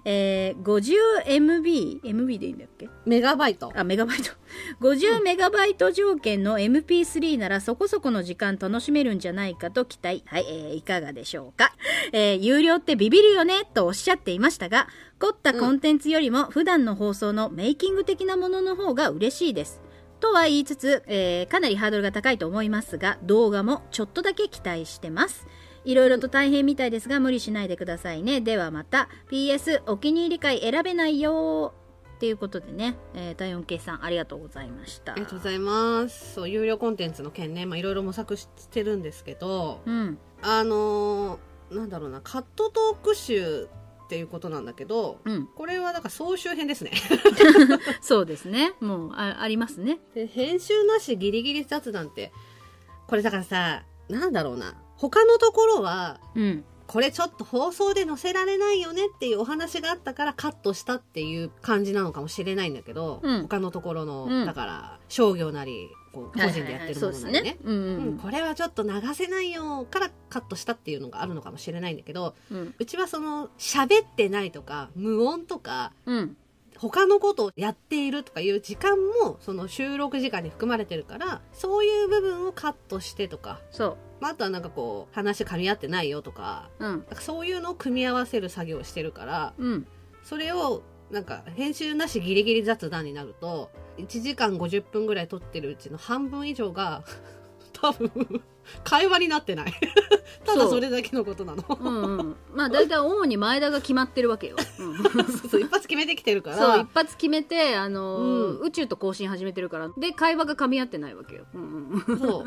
えー 50MB、MB でいいんだっけ
メガバイト。
あ、メガバイト。50メガバイト条件の MP3 ならそこそこの時間楽しめるんじゃないかと期待。はい、えーいかがでしょうか。えー有料ってビビるよねとおっしゃっていましたが、凝ったコンテンツよりも普段の放送のメイキング的なものの方が嬉しいです。とは言いつつ、えーかなりハードルが高いと思いますが、動画もちょっとだけ期待してます。いろいろと大変みたいですが無理しないでくださいね。ではまた。PS お気に入り会選べないよっていうことでね、えー、体温計さんありがとうございました。
ありがとうございます。そう、有料コンテンツの件ね、まあ、いろいろ模索してるんですけど、
うん。
あのーなんだろうな、カットトーク集っていうことなんだけど、
うん。
これはだから総集編ですね。
そうですね。もう、あありますね。
で編集なしギリギリ雑談って、これだからさ、なんだろうな、他のところは、
うん。
これちょっと放送で載せられないよねっていうお話があったからカットしたっていう感じなのかもしれないんだけど、
うん
他のところの、
うん
だから商業なりこう個人でやってるものなりね,、
はいはいはいそうですね。うん
うんこれはちょっと流せないよからカットしたっていうのがあるのかもしれないんだけど
うんうん。
うちはその喋ってないとか無音とか
うん。
他のことをやっているとかいう時間もその収録時間に含まれてるからそういう部分をカットしてとか、
そ
まあ、あとはなんかこう話噛み合ってないよとか
う。うん。
なんかそういうのを組み合わせる作業をしてるから
うん。
それをなんか編集なしギリギリ雑談になると1時間50分ぐらい撮ってるうちの半分以上が 多分会話になってない ただそれだけのことなの。
うんうん。まあ、大体、主に前田が決まってるわけよ。 うん。
そうそう一発決めてきてるから
そう一発決めて、あのー
うん
宇宙と交信始めてるからで会話が噛み合ってないわけよ、うんうんうん、
そ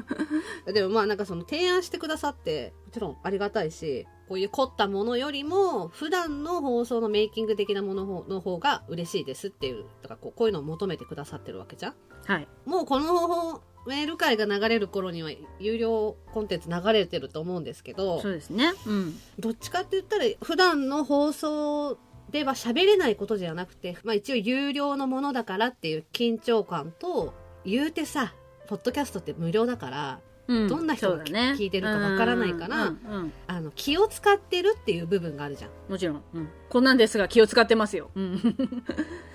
う。でもまあなんかその提案してくださって、もちろんありがたいし、こういう凝ったものよりも、普段の放送のメイキング的なものの方が嬉しいですっていう、だからこうこういうのを求めてくださってるわけじゃん
はい
もうこのメール会が流れる頃には有料コンテンツ流れてると思うんですけど
そう、ですねうん
どっちかって言ったら普段の放送では喋れないことじゃなくて、まあ一応有料のものだからっていう緊張感と、言うてさ、ポッドキャストって無料だから、
うん
どんな人が
そうだね
聞いてるかわからないから
うんうんうん
あの気を使ってるっていう部分があるじゃん
もちろん、うん、こんなんですが気を使ってますよ、うん、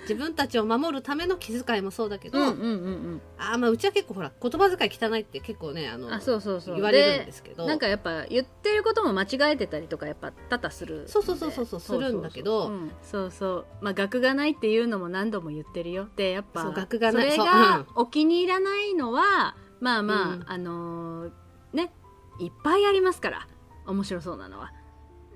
自分たちを守るための気遣いもそうだけど、
うんうんうん
あーまあうちは結構ほら言葉遣い汚いって結構ねあ
うん
の
あそうそうそう
言われるんですけど
なんかやっぱ言ってることも間違えてたりとかやっぱ多々するんで
そうそうそうそうそうするんだけど
そうそうそううんそうそうまあ学がないっていうのも何度も言ってるよでやっぱ
そう学がない
それ
そうう
が
ん
お気に入らないのはまあまあ、
うん
あのーねいっぱいありますから面白そうなのは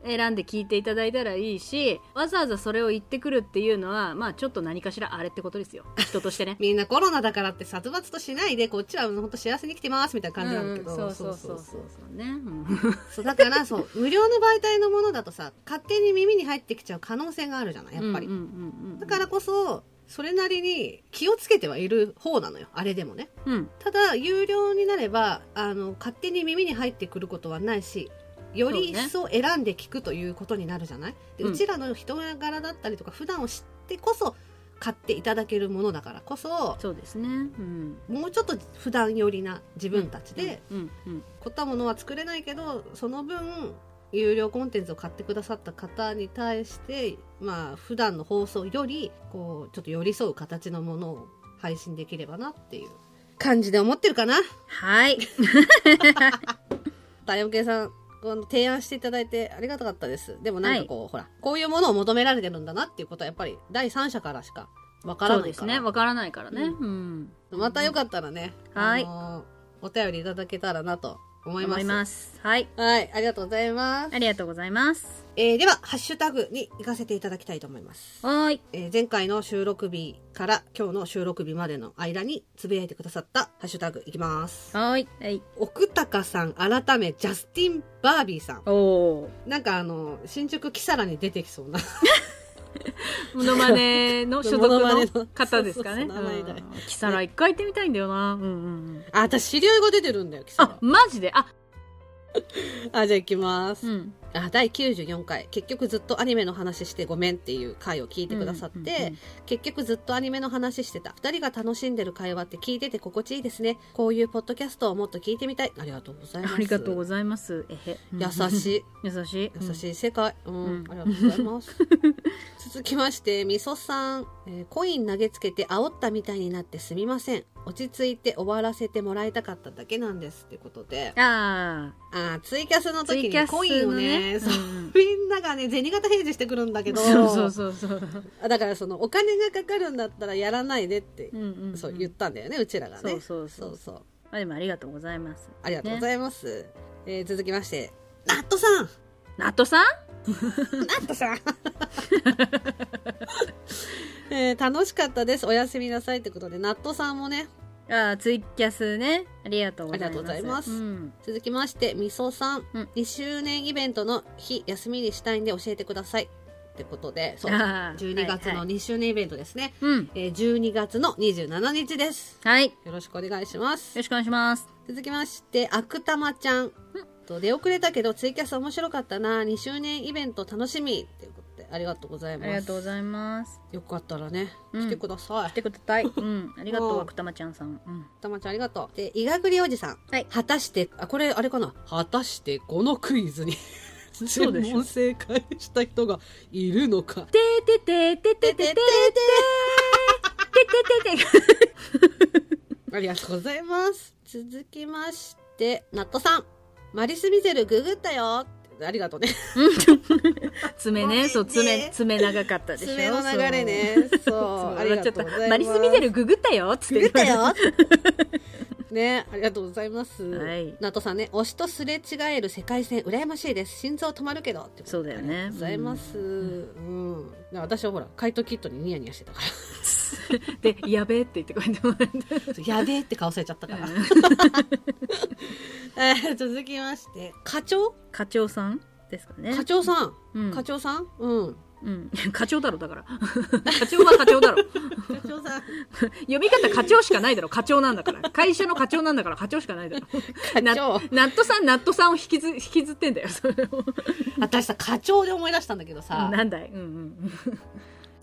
選んで聞いていただいたらいいしわざわざそれを言ってくるっていうのはまあちょっと何かしらあれってことですよ人とし てね
みんなコロナだからって殺伐としないでこっちは本当幸せに来てますみたいな感じなんだけど、
うんうんそうそうそうそうそうね、うん
そうだからそう無料の媒体のものだとさ勝手に耳に入ってきちゃう可能性があるじゃないやっぱり、
うんうんうんうん
だからこそそれなりに気をつけてはいる方なのよあれでもね
うん
ただ有料になればあの勝手に耳に入ってくることはないしより一層選んで聞くということになるじゃないで
うん
うちらの人柄だったりとか普段を知ってこそ買っていただけるものだからこそ
そうですねうん
もうちょっと普段寄りな自分たちで
うんうん
凝ったものは作れないけどその分有料コンテンツを買ってくださった方に対してまあ普段の放送よりこうちょっと寄り添う形のものを配信できればなっていう感じで思ってるかな
はい
太陽系さんこの提案していただいてありがたかったですでもなんかこう、ほらこういうものを求められてるんだなっていうことはやっぱり第三者からしかわから
そう
な
で
い
す
か
ね
ら、
わからないからね、うん
またよかったらね、
はい
のーお便りいただけたらなと思います
思いますはい
はいありがとうございます、
ありがとうございます
えーではハッシュタグに行かせていただきたいと思います、
はーい
えー前回の収録日から今日の収録日までの間につぶやいてくださったハッシュタグいきます
はーいはい
奥高さん改めジャスティン・バービーさん
お お
なんかあの新宿キサラに出てきそうな
モノマネの所属
モノマネ
の
の
方ですか ね
そうそうそう名前だよ
うんキサラ一回行ってみたいんだよなうんうんうん
あ、私、知り合いが出てるんだよ、キサ
あ
ラ。
マジであ
あ、じゃあ行きます。
うん
あ、第94回、結局ずっとアニメの話してごめんっていう回を聞いてくださって、
うんうんうん
結局ずっとアニメの話してた。二人が楽しんでる会話って聞いてて心地いいですね。こういうポッドキャストをもっと聞いてみたい。ありがとうございます。
ありがとうございますえへ
優しい。
い優しい
優しい世界、うん
うん
ありがとうございます 続きましてみそさん、えーコイン投げつけて煽ったみたいになってすみません落ち着いて終わらせてもらいたかっただけなんですってことで
うんあ
あーツイキャスの
あツ
時
イキャ
に
ス
コインを
の
ね
ね
そう
うんうん
みんながね銭形平次してくるんだけど
そうそうそうそう
だからそのお金がかかるんだったらやらないでって、
うんうんうん
そう言ったんだよねうちらがね
そうそうそう
そうそう
あでもありがとうございます
ありがとうご
い
ざいます、えー続きましてナットさん
ますナットさん
ナットさん えー楽しかったです。おやすみなさいってことで、ナットさんもね、
あーツイキャスねありがとうござ
あ
います
りがとうございます
うん、
続きまして、みそさん,、
うん
2周年イベントの日、休みにしたいんで教えてください。ってことで、そう。
あー
12月の
はいはい
2周年イベントですね。
うん
えー12月の27日です。
はいよ
よろしくお願いします
ろ。しくお願いします
続きまして、あくたまちゃん。と出遅れたけど、ツイキャス面白かったな。2周年イベント楽しみ。っていうことで、ありがとうござい
あ
ます。
りがとうございます
よかったらね、
うん
来てください。
来てくださいうんありがと
も
う
う
奥多摩ちゃんさん、うん、
たまちゃんありがとう。で、いがぐりおじさん。
はい
果たして、あ、これあれかな果たしてこのクイズに、
そうでしょ
全問正解した人がいるのか。
てててててててててててて
ありがとうございます。続きまして、ナットさん。マリス・ミゼルググったよ。ありがとうね。
爪ねそう
ごめん
爪
ね
爪長かったでしょ
爪の流れね。そう。ありがとうございます。
マリス・ミゼルググったよっつって
ググったよ。ね、ありがとうございます。
はい
ナットさんね、推しとすれ違える世界線、羨ましいです。心臓止まるけど。ってこと
そうだよね
ありがとうございます。うん。うんだから私はほら、回答キットにニヤニヤしてたか
で「やべえ」って言ってこうやってもらって
ら。 やべえって顔されちゃったから。 えー続きまして、課長
課長さんですかね
課長さん。
うん
課長さんうん。
うん、課長だろだから課長は課長だろ
課長さん。
読み方課長しかないだろ課長なんだから会社の課長なんだから課長しかないだろ
課
な
長。
ナットさんナットさんを引きず引きずってんだよそれを
私さ、課長で思い出したんだけどさ、
なんだいうんうん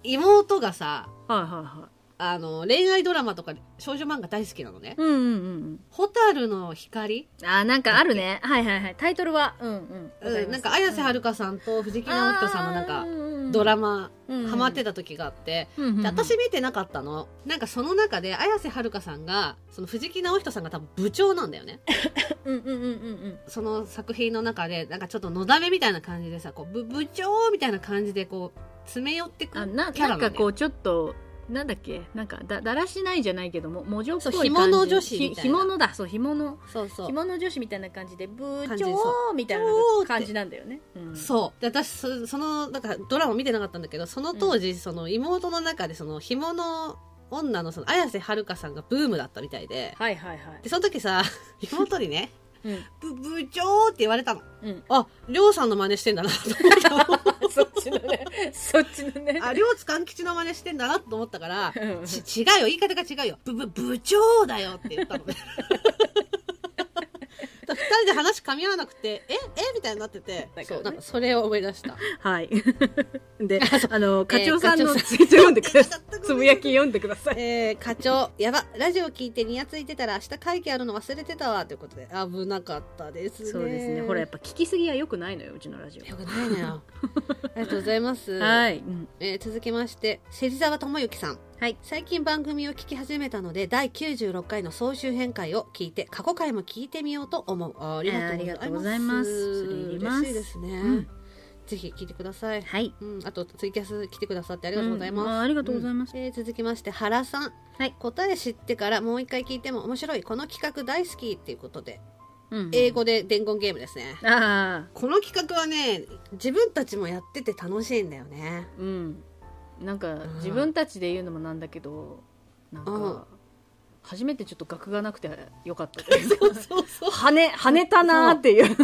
妹がさ、
はいはいは
あの、恋愛ドラマとか少女漫画大好きなのね
い。うんうんうん
ホタルの光
うんあーなんかあるねはいはいはいタイトルはうんうんわり
うん
ます
なんか綾瀬はるかさんと藤木直人さんのなんかドラマハマってた時があって、
うんうんうん
で私見てなかったのなんかその中で綾瀬はるかさんがその藤木直人さんが多分部長なんだよね
うんうんうんうん
その作品の中でなんかちょっとのだめみたいな感じでさこう部部長みたいな感じでこう詰め寄って
う
く
んあ
る
な
キャ
な
ラ
ん
な
か
んだ
こ
よ
うちょっとなんだっけなんかだだらしないじゃないけどももじょっぽい
そう
感じ
干物女子みたいな
ひ物だそう干物
そうそう
着物女子みたいな感じで部
感じでそ
長みたいな
長って
感じなんだよね、うん
そうで私そそのなんかドラマ見てなかったんだけどその当時、その妹の中でその紐の女のその綾瀬はるかさんがブームだったみたいで
はいはいはい
で、その時 さ、妹にね、
うん
ぶ部長って言われたの。
うん
あ、りょうさんの真似してんだなと思った。
そっちのねそっちのね
あ、りょうつかん吉の真似してんだなと思ったから、
うん
ち違うよ、言い方が違うよ。ぶ、ぶ、部長 だよって言ったのね。二人で話噛み合わなくて、え、えみたいになってて、
だからね
そう、なんかそれを思い出した。
はい であの課長さん
課
の
長さ
ツイート 読んでください
全く
つぶやき読んでください
えー、課長、やば、ラジオ聞いてニヤついてたら明日会議あるの忘れてたわ、ということで、危なかったですね。
そうですねほらやっぱ聞きすぎはよくないのようちのラジ
よくないの よ。ありがとうございます。
オはい、うん
えー続きまして芹沢智之さん
はい
最近番組を聞き始めたので第96回の総集編会を聞いて過去回も聞いてみようと思うあーあり
えーあり
が
が
と
と
う
う
ご
ご
ざ
ざ
い
い
ま
ますす
嬉
恐れ入ります
しいですね、
うん
ぜひ聞いてください、
はい
うん、あとツイキャス来てくださってありがとうございます、
うんあありがとうございます
うんえー続きまして原さん
はい、
答え知ってからもう一回聞いても面白いこの企画大好きっていうことで
うん
英語で伝言ゲームですね、
ああ
この企画はね自分たちもやってて楽しいんだよ ね
うんなんか自分たちで言うのもなんだけどなん
うん
か初めてちょっと額がなくてよかったです
そうそうそう
跳ね、跳ねたなーっていう。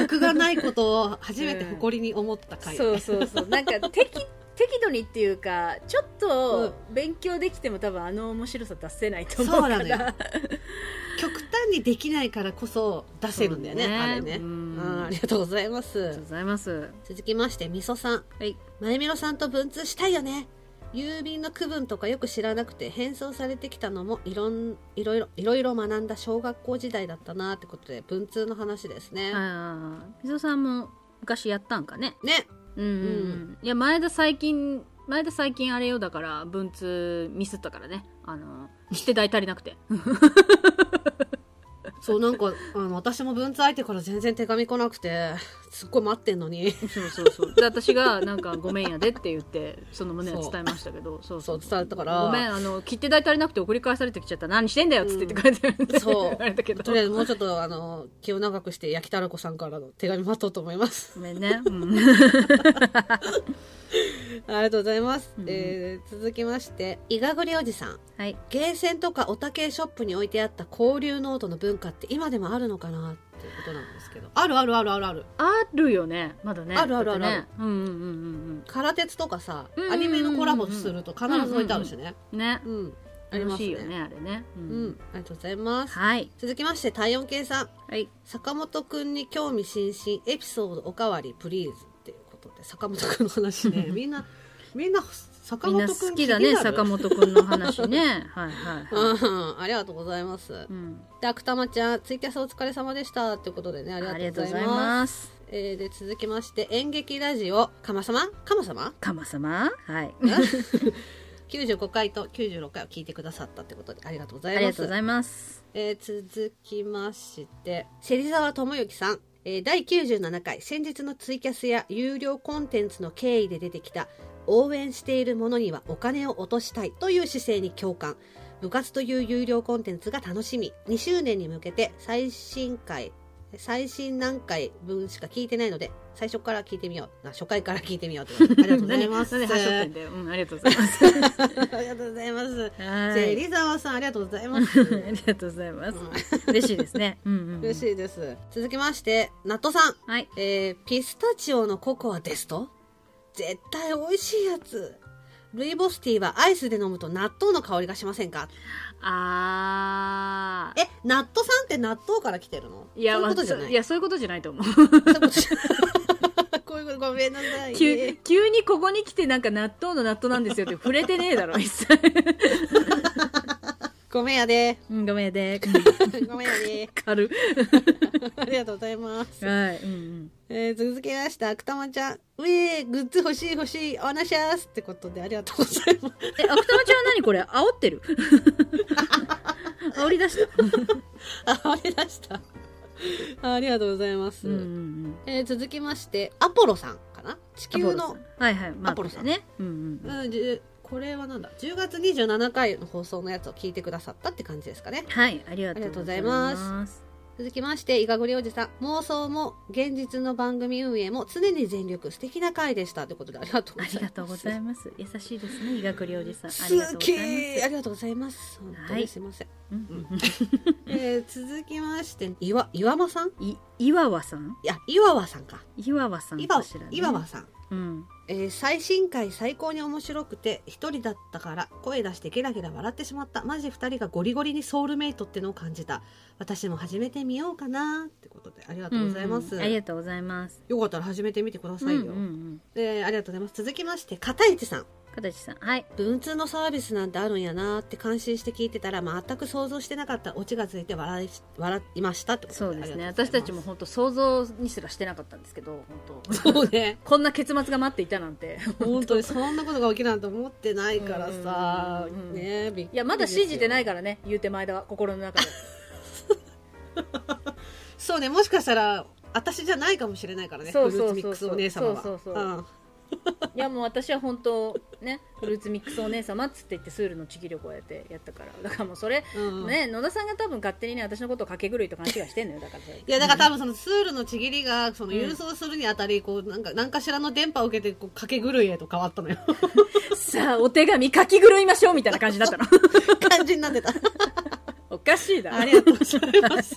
学がないことを初めて誇りに思った回、
そうそうそう。なんか適、適度にっていうか、ちょっと勉強できても多分あの面白さ出せないと思うから。
そうなのよ極端にできないからこそ出せるんだよね
そうね
あれねう
うん
んありがとうございま
ありがと
す
うございます。
続きましてみそさん
はい。
まゆみろさんと文通したいよね郵便の区分とかよく知らなくて返送されてきたのもいろんいろいろいろいろ学んだ小学校時代だったなってことで文通の話ですね、
ああ、みそさんも昔やったんかね。
ね
うんうんうん。いや、前田最近、前田最近あれよだから、文通ミスったからね。あの、して代足りなくて。
そうなんかあの私も文通相手から全然手紙来なくてすっごい待ってんのに
そうそうそう。で、私が、なんか、ごめんやでって言って、その旨を伝えましたけど、そう
そ
そうう
伝わったから
ごめん、あの、切手代足りなくて送り返されてきちゃった。何してんだよっつって言って書いて
う
る。
んそう
言われたけど。
とりあえずもうちょっとあの気を長くして焼きたらこさんからの手紙待とうと思います。
ごめんね。うん。
ありがとうございます。
うん
えー続きまして、伊賀栗おじさん。
はい
ゲーセンとかおたけショップに置いてあった交流ノートの文化って今でもあるのかなっていうことなんですけど。あるあるあるあるある。
あるよねまだね
あるあるある
だってねうんうんうん
空鉄とかさ
うんうんう、ん
アニメのコラボすると必ず置いてあるしね。
うんね
うん。あり
楽
ます
しいよ
ね。
ねあれねう
うん。ありがとうございます。
はい
続きまして、体温計さん。
はい
坂本くんに興味津々、エピソードおかわりプリーズっていうことで、坂本くんの話 ね。みんな、みんな、坂
みん
本
な
くん
好きだね
気になる
坂本くんの話ねはいはいはい
うん、ありがとうございます。
うん
で、あくたまちゃん、ツイキャスお疲れ様でした。ってことでね、あ
あり
りがと
がと
うご
うござ
ざ
い
い
ま
ます。
す
えーで、続きまして、演劇ラジオ、かまさまかまさま
かま様はい
?95 回と96回を聞いてくださったってことで、ありがとうござ
あ
い
り
ま
が
す。
とうございます
えー続きまして、芹沢智之さん。えー第97回、先日のツイキャスや有料コンテンツの経緯で出てきた、応援している者にはお金を落としたいという姿勢に共感。部活という有料コンテンツが楽しみ。2周年に向けて最新回、最新何回分しか聞いてないので、最初から聞いてみよう。あ初回から聞いてみようってことで。ありがとうございます。
何何
あ
で端折ってんだようんありがとうございま すは
りがとうございます。
い
芹沢さん、ありがとうございます。
あ りがとうございます。嬉しいですね。うんうんうん、
嬉しいです。続きまして、ナットさん。
はい。
えーピスタチオのココアですと絶対美味しいやつ。ルイボスティーはアイスで飲むと納豆の香りがしませんか
あー。
え、納豆さんって納豆から来てるの
いや、
そういう
ま
こと
あ
じゃ
そ
な
う
い。
いや、そういうことじゃないと思う。
そういうことじゃない。 こういうことごめんなさいね。
急急にここに来てなんか納豆の納豆なんですよって触れてねえだろ、一切。
ごめんやで。
うん、ごめんやで。
ごめんやで。
軽る。
ありがとうございます。
はい。うん
えー、続きまして、あくたまちゃん。うえー、グッズ欲しい欲しい、おなしゃーすってことでありがとうございます。
うん、え、アクタマちゃんは何これ煽って る煽り出した。
あ、あれ出した。あありがとうございます。
うんうんうん。
えー続きまして、アポロさんかな地
アポ
球
ロさ
の
ん。はいはい。まあ
アポロさん
ね。うんうんうん。
うん、じゅこれはなんだ10月27回の放送のやつを聞いてくださったって感じですかね
はい。ありがとうございます。
続きまして伊賀栗おじさん妄想も現実の番組運営も常に全力素敵な回でしたということでありがとうご
あ
ざいます
りがとうございます。優しいですね、医学療治さん。ありがとう
好
ござ
き
います。
ありがとうございます本当
はい
にすいません、
うん
えー続きまして岩岩間さんい
い岩和さん
や岩和さんか
岩和さん
岩
かしら、ね、
岩和さん
うん
えー最新回最高に面白くて一人だったから声出してゲラゲラ笑ってしまったマジ二人がゴリゴリにソウルメイトってのを感じた私も始めてみようかなってことでありがとうございます、
うんうんありがとうございます
よかったら始めてみてくださいよ、
うんうんうん
えーありがとうございます続きまして片市さん
形さんはい
文通のサービスなんてあるんやなって感心して聞いてたら全く想像してなかったオチがついて笑い笑いましたってこと
そうですね
ありがとうござ
私た
います
ちも本当想像にすらしてなかったんですけど本当
そ うね
こんな結末が待っていたな んて
本当にそんなことが起きるなんて思ってないからさ、
うんうんうん
ねびっくりですよ
いやまだ信じてないからね言うて前田は心の中で
そうね、もしかしたら、私じゃないかもしれないからね。フ
そ
ル
う
ー
そ
ツ
う
ミッ
そう
クス
そう
お姉様は。
そうそうそうんいやもう私は本当ねフルーツミックスお姉様っつって言ってスールのチキ旅行やってやったからだからもうそれ、
うん
ね野田さんが多分勝手にね私のことを掛け狂いと勘違いしてんのよだからそれ
いや、だから多分そのツールのちぎりが、その
うん
郵送するにあたり、こう、なんか、何かしらの電波を受けて、こう、かけ狂いへと変わ ったのよ。
さあ、お手紙書き狂いましょうみたいな感じだったの。
感じになってた。
おかしいだ
ありがとうござい ます。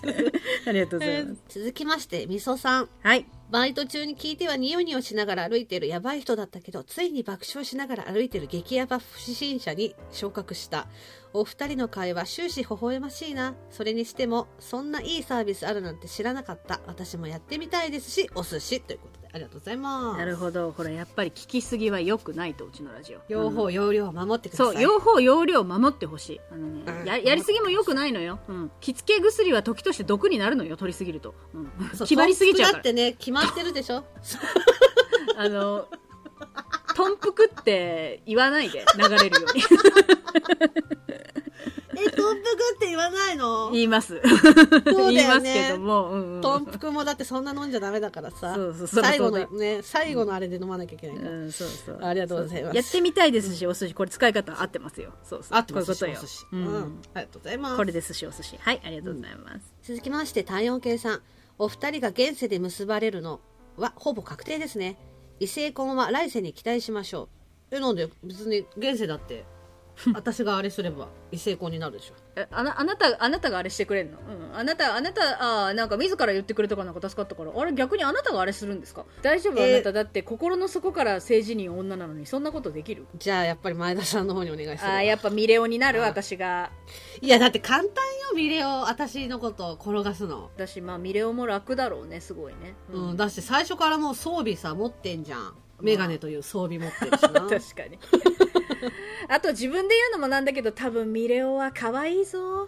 ありがとう ござ
え
いま
ー
す。
続きまして、みそさん。
はい。
バイト中に聞いてはニヤニヤしながら歩いてるやばい人だったけど、ついに爆笑しながら歩いてる激ヤバ不審者に昇格した。お二人の会話終始微笑ましいな。それにしても、そんないいサービスあるなんて知らなかった。私もやってみたいですし、お寿司ということで、ありがとうございます。
なるほど。ほら、やっぱり聞きすぎは良くないと、うちのラジオ。
両
う
方、
ん
容量を守ってください。
そう、両方、容量を守ってほしい。あのね
うん
や、やりすぎも良くないのよ。うん。着付け薬は時として毒になるのよ、取りすぎると。うん。
そう
気張りすぎちゃう
ト
か
ンプだってね、決まってるでしょ
ら。あの、トンプクって言わないで、流れ るように。
え、トンプくって言わないの
言います。
よね
言いますけども。うんう ん
トンプくもだってそんな飲んじゃダメだからさ。
そうそうその通
最
り
後のね、最後のあれで飲まなきゃいけないから。
うん、そうそう。
ありがとうございます
やってみたいですし、お寿司、これ使い方合ってますよ。そうそう。
あってます
こういうことよ。
お寿司
うん。
うんありがとうございます
これで寿司、お寿司。はい、ありがとうございます。
続きまして体温計さんお二人が現世で結ばれるのはほぼ確定ですね異性婚は来世に期待しましょうえなんで別に現世だって 私があれすれば異性婚になるでしょ
えあなあなたあなたがあれしてくれんの、うん、あなたあなたあーなんか自ら言ってくれたからなんか助かったからあれ逆にあなたがあれするんですか大丈夫、
えー
あなただって心の底から性自認女なのにそんなことできる
じゃあやっぱり前田さんの方にお願いす
あ
るわ
ーやっぱミレオになる
あー
私が
いやだって簡単よミレオ私のことを転がすの、
私まあミレオも楽だろうねすごいね、
うん
うん
だし最初からもう装備さ持ってんじゃんメガネという装備持ってるし な
確かに あと自分で言うのもなんだけど多分ミレオは可愛いぞ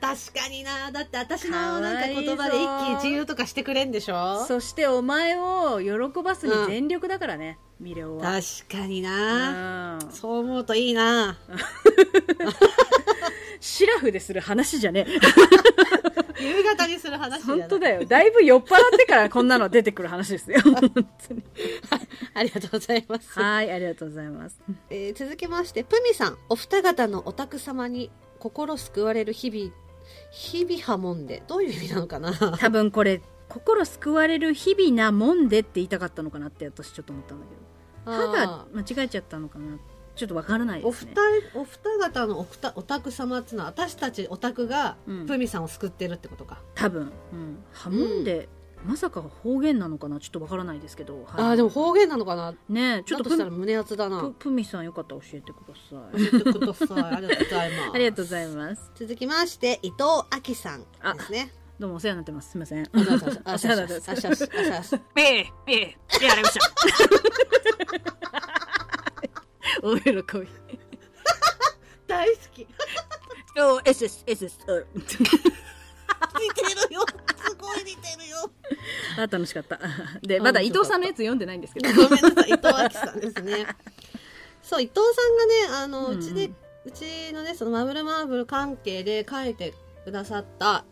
確かになだって私の
かわいい
なんか言葉で一気に自由とかしてくれんでしょ
そしてお前を喜ばすに全力だからね、ミレオは
確かにな、
うん
そう思うといいな
シラフでする話じゃ ねえ
夕方にする話じゃない
本当だよ。だいぶ酔っ払ってからこんなの出てくる話です よ。本当に。
ありがとうございます、
はい、ありがとうございます。
えー続きましてプミさんお二方のお宅様に心救われる日々日々波紋でどういう意味なのかな
多分これ、心救われる日々なもんでって言いたかったのかなって私ちょっと思ったんだけど。歯が
あー
間違えちゃったのかな。ちょっとわからない
お
で
二
すね。
人お二方のおくたお宅様っていうのは私たちお宅が
うん
プミさんを救ってるってことか、
多分。うん。ハモンで、まさか方言なのかなちょっとわからないですけど。はい
ああでも方言なのかな
ねえ、ちょっ
だと
とプ
したら胸熱だな
ププミさんよかったら教えてくださ い。
言ってくださいありがとうございます
ありがとうございます。
続きまして伊藤亜紀さんですね
どうもお世話になってます。すいません。
ありがとうござ います
お世話になってます
あしゃしあしゃしあしゃ
ええ、ええ、ええ、ありました。 お喜び。
大好き
お、エスエス、エスエス。
似てるよすごい似てるよ
あ、楽しかった。で、
あ
まだ伊
面白かった
藤さんのやつ読んでないんですけど。
ごめんなさい伊藤亜紀さんですねそう伊藤さんがねあの
うん
うちで、うちのねそのマブルマーブル関係で描いてくださった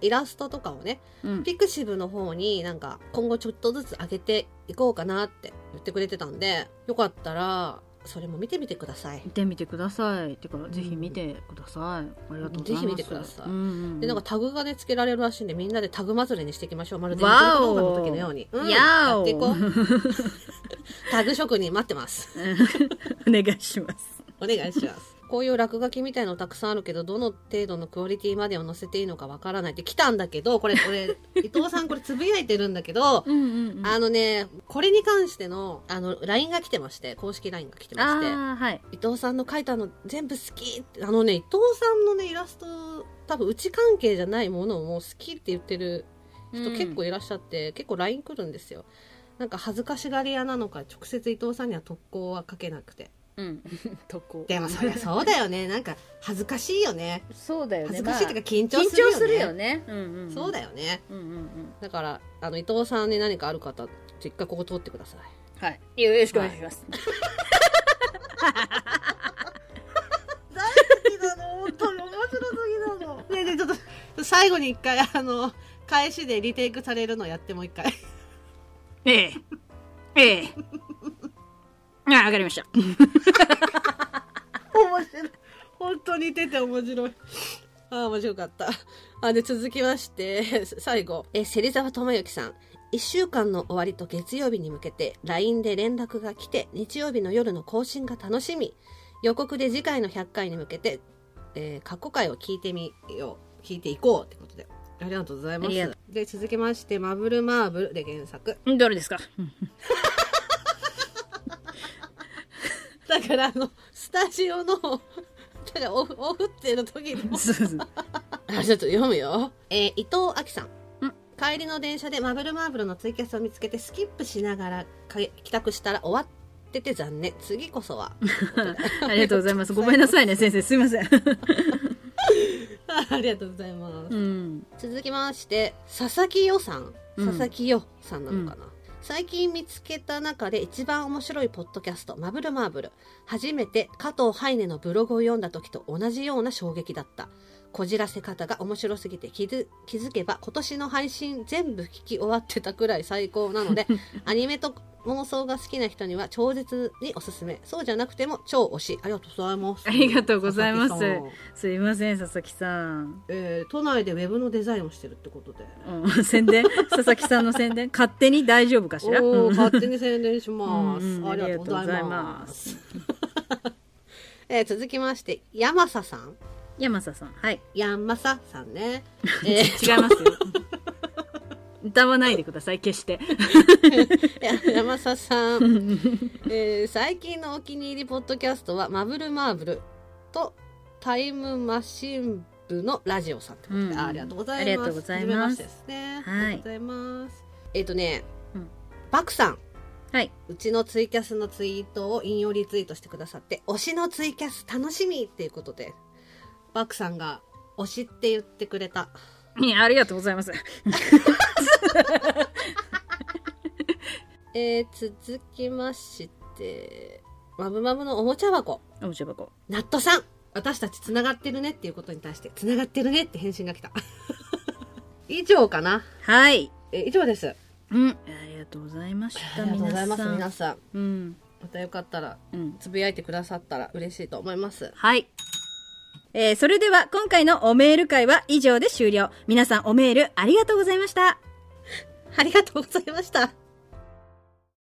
イラストとかをね
うん。
ピクシブの方になんか今後ちょっとずつ上げていこうかなって言ってくれてたんでよかったらそれも見てみてください
見てみてください。てか、ぜひ見てください。ありがとうございます。
ぜひ見てください
うんうん。
でなんかタグがねつけられるらしいんでみんなでタグ祭りにしていきましょうまるで
わ
実力動
お
画の時のように、うん、
や
や
お
っていこうタグ職人待ってます
お願いします。
お願いしますこういう落書きみたいのたくさんあるけどどの程度のクオリティまでを載せていいのかわからないって来たんだけどこれ 俺伊藤さんこれつぶやいてるんだけど
うんうんうん。
あのねこれに関してのあの LINE が来てまして公式 LINE が来てまして
あー、はい。
伊藤さんの描いたの全部好きってあのね伊藤さんのねイラスト多分うち関係じゃないものをもう好きって言ってる人
うん
結構いらっしゃって、結構 LINE 来るんですよなんか恥ずかしがり屋なのか直接伊藤さんには特攻はかけなくて
うん。とこ。
でもそりゃそうだよねなんか恥ずかしいよね
そうだよね。
恥ずかしいってい
まあ
うか緊張
緊
するよね,、
張するよね。うんうん。
そうだ
よ。
よね
うんうんうん。
だからあの伊藤さんに何かある方一回ここ通ってください
はい。よろしくお願いします。
大好きなの本当に面白すぎなの ねえねえちょっと最後に一回あの返しでリテイクされるのやってもう一回
ええ。ええ。あ、わかりました。
面白い本当に似てて面白いああ面白かったあで続きまして 最後え芹沢智之さん1週間の終わりと月曜日に向けて LINE で連絡が来て日曜日の夜の更新が楽しみ予告で次回の100回に向けて、えー過去回を聞いてみよう聞いていこうってことでありがとうございま
ありがと
すで続きまして「マブルマーブル」で原作
どれですか
だからあのスタジオのだ からオフオフってる時のあちょっと読むよ。えー伊藤亜紀さん
うん。
帰りの電車でマブルマーブルのツイキャスを見つけてスキップしながら帰帰宅したら終わってて残念。次こそは。
ありがとうございます。ごめんなさいね、先生。すいません。
ありがとうございます。
うん。
続きまして、佐々木よさん。
うん
佐々木よさんなのかな。最近見つけた中で一番面白いポッドキャスト、マブルマーブル。初めて加藤ハイネのブログを読んだ時と同じような衝撃だった。こじらせ方が面白すぎて気づ 気づけば今年の配信全部聞き終わってたくらい最高なので、アニメと妄想が好きな人には超絶におすすめそうじゃなくても超推しありがとうございます
ありがとうございます
佐々木さん
すいません佐々木さん、
えー都内でウェブのデザインをしてるってことで
うん、宣伝佐々木さんの宣伝勝手に大丈夫かしら
おー
うん
勝手に宣伝します、
うんうん
ありがとうござい
ありがとうござい
ま
ますす
えー続きまして山佐さん
山佐さんはい
山佐さんね、 えー
違いますよ歌わないでください決して
山佐さん、えー最近のお気に入りポッドキャストは「マブルマーブル」と「タイムマシン部」のラジオさんってことで、
うん
あありがとうございます
ありがとうござい
初
ます
めましてですね、
はい
ありがとうございますえっ、とね、
うん
バクさん
はい。
うちのツイキャスのツイートを引用リツイートしてくださって推しのツイキャス楽しみっていうことでバクさんが推しって言ってくれた
いやありがとうございます。
えー続きましてマブマブのおもちゃ箱
おもちゃ箱。
ナットさん私たちつながってるねっていうことに対してつながってるねって返信が来た 以上かな
はい。
え以上です
うん。ありがとうございまし
あ
た。
りがとうございま
皆
す
さん。
皆さん
うん。
またよかったら
うん。
つぶやいてくださったら嬉しいと思います
はい。えー、それでは今回のおメール会は以上で終了。皆さんおメールありがとうございました。
ありがとうございました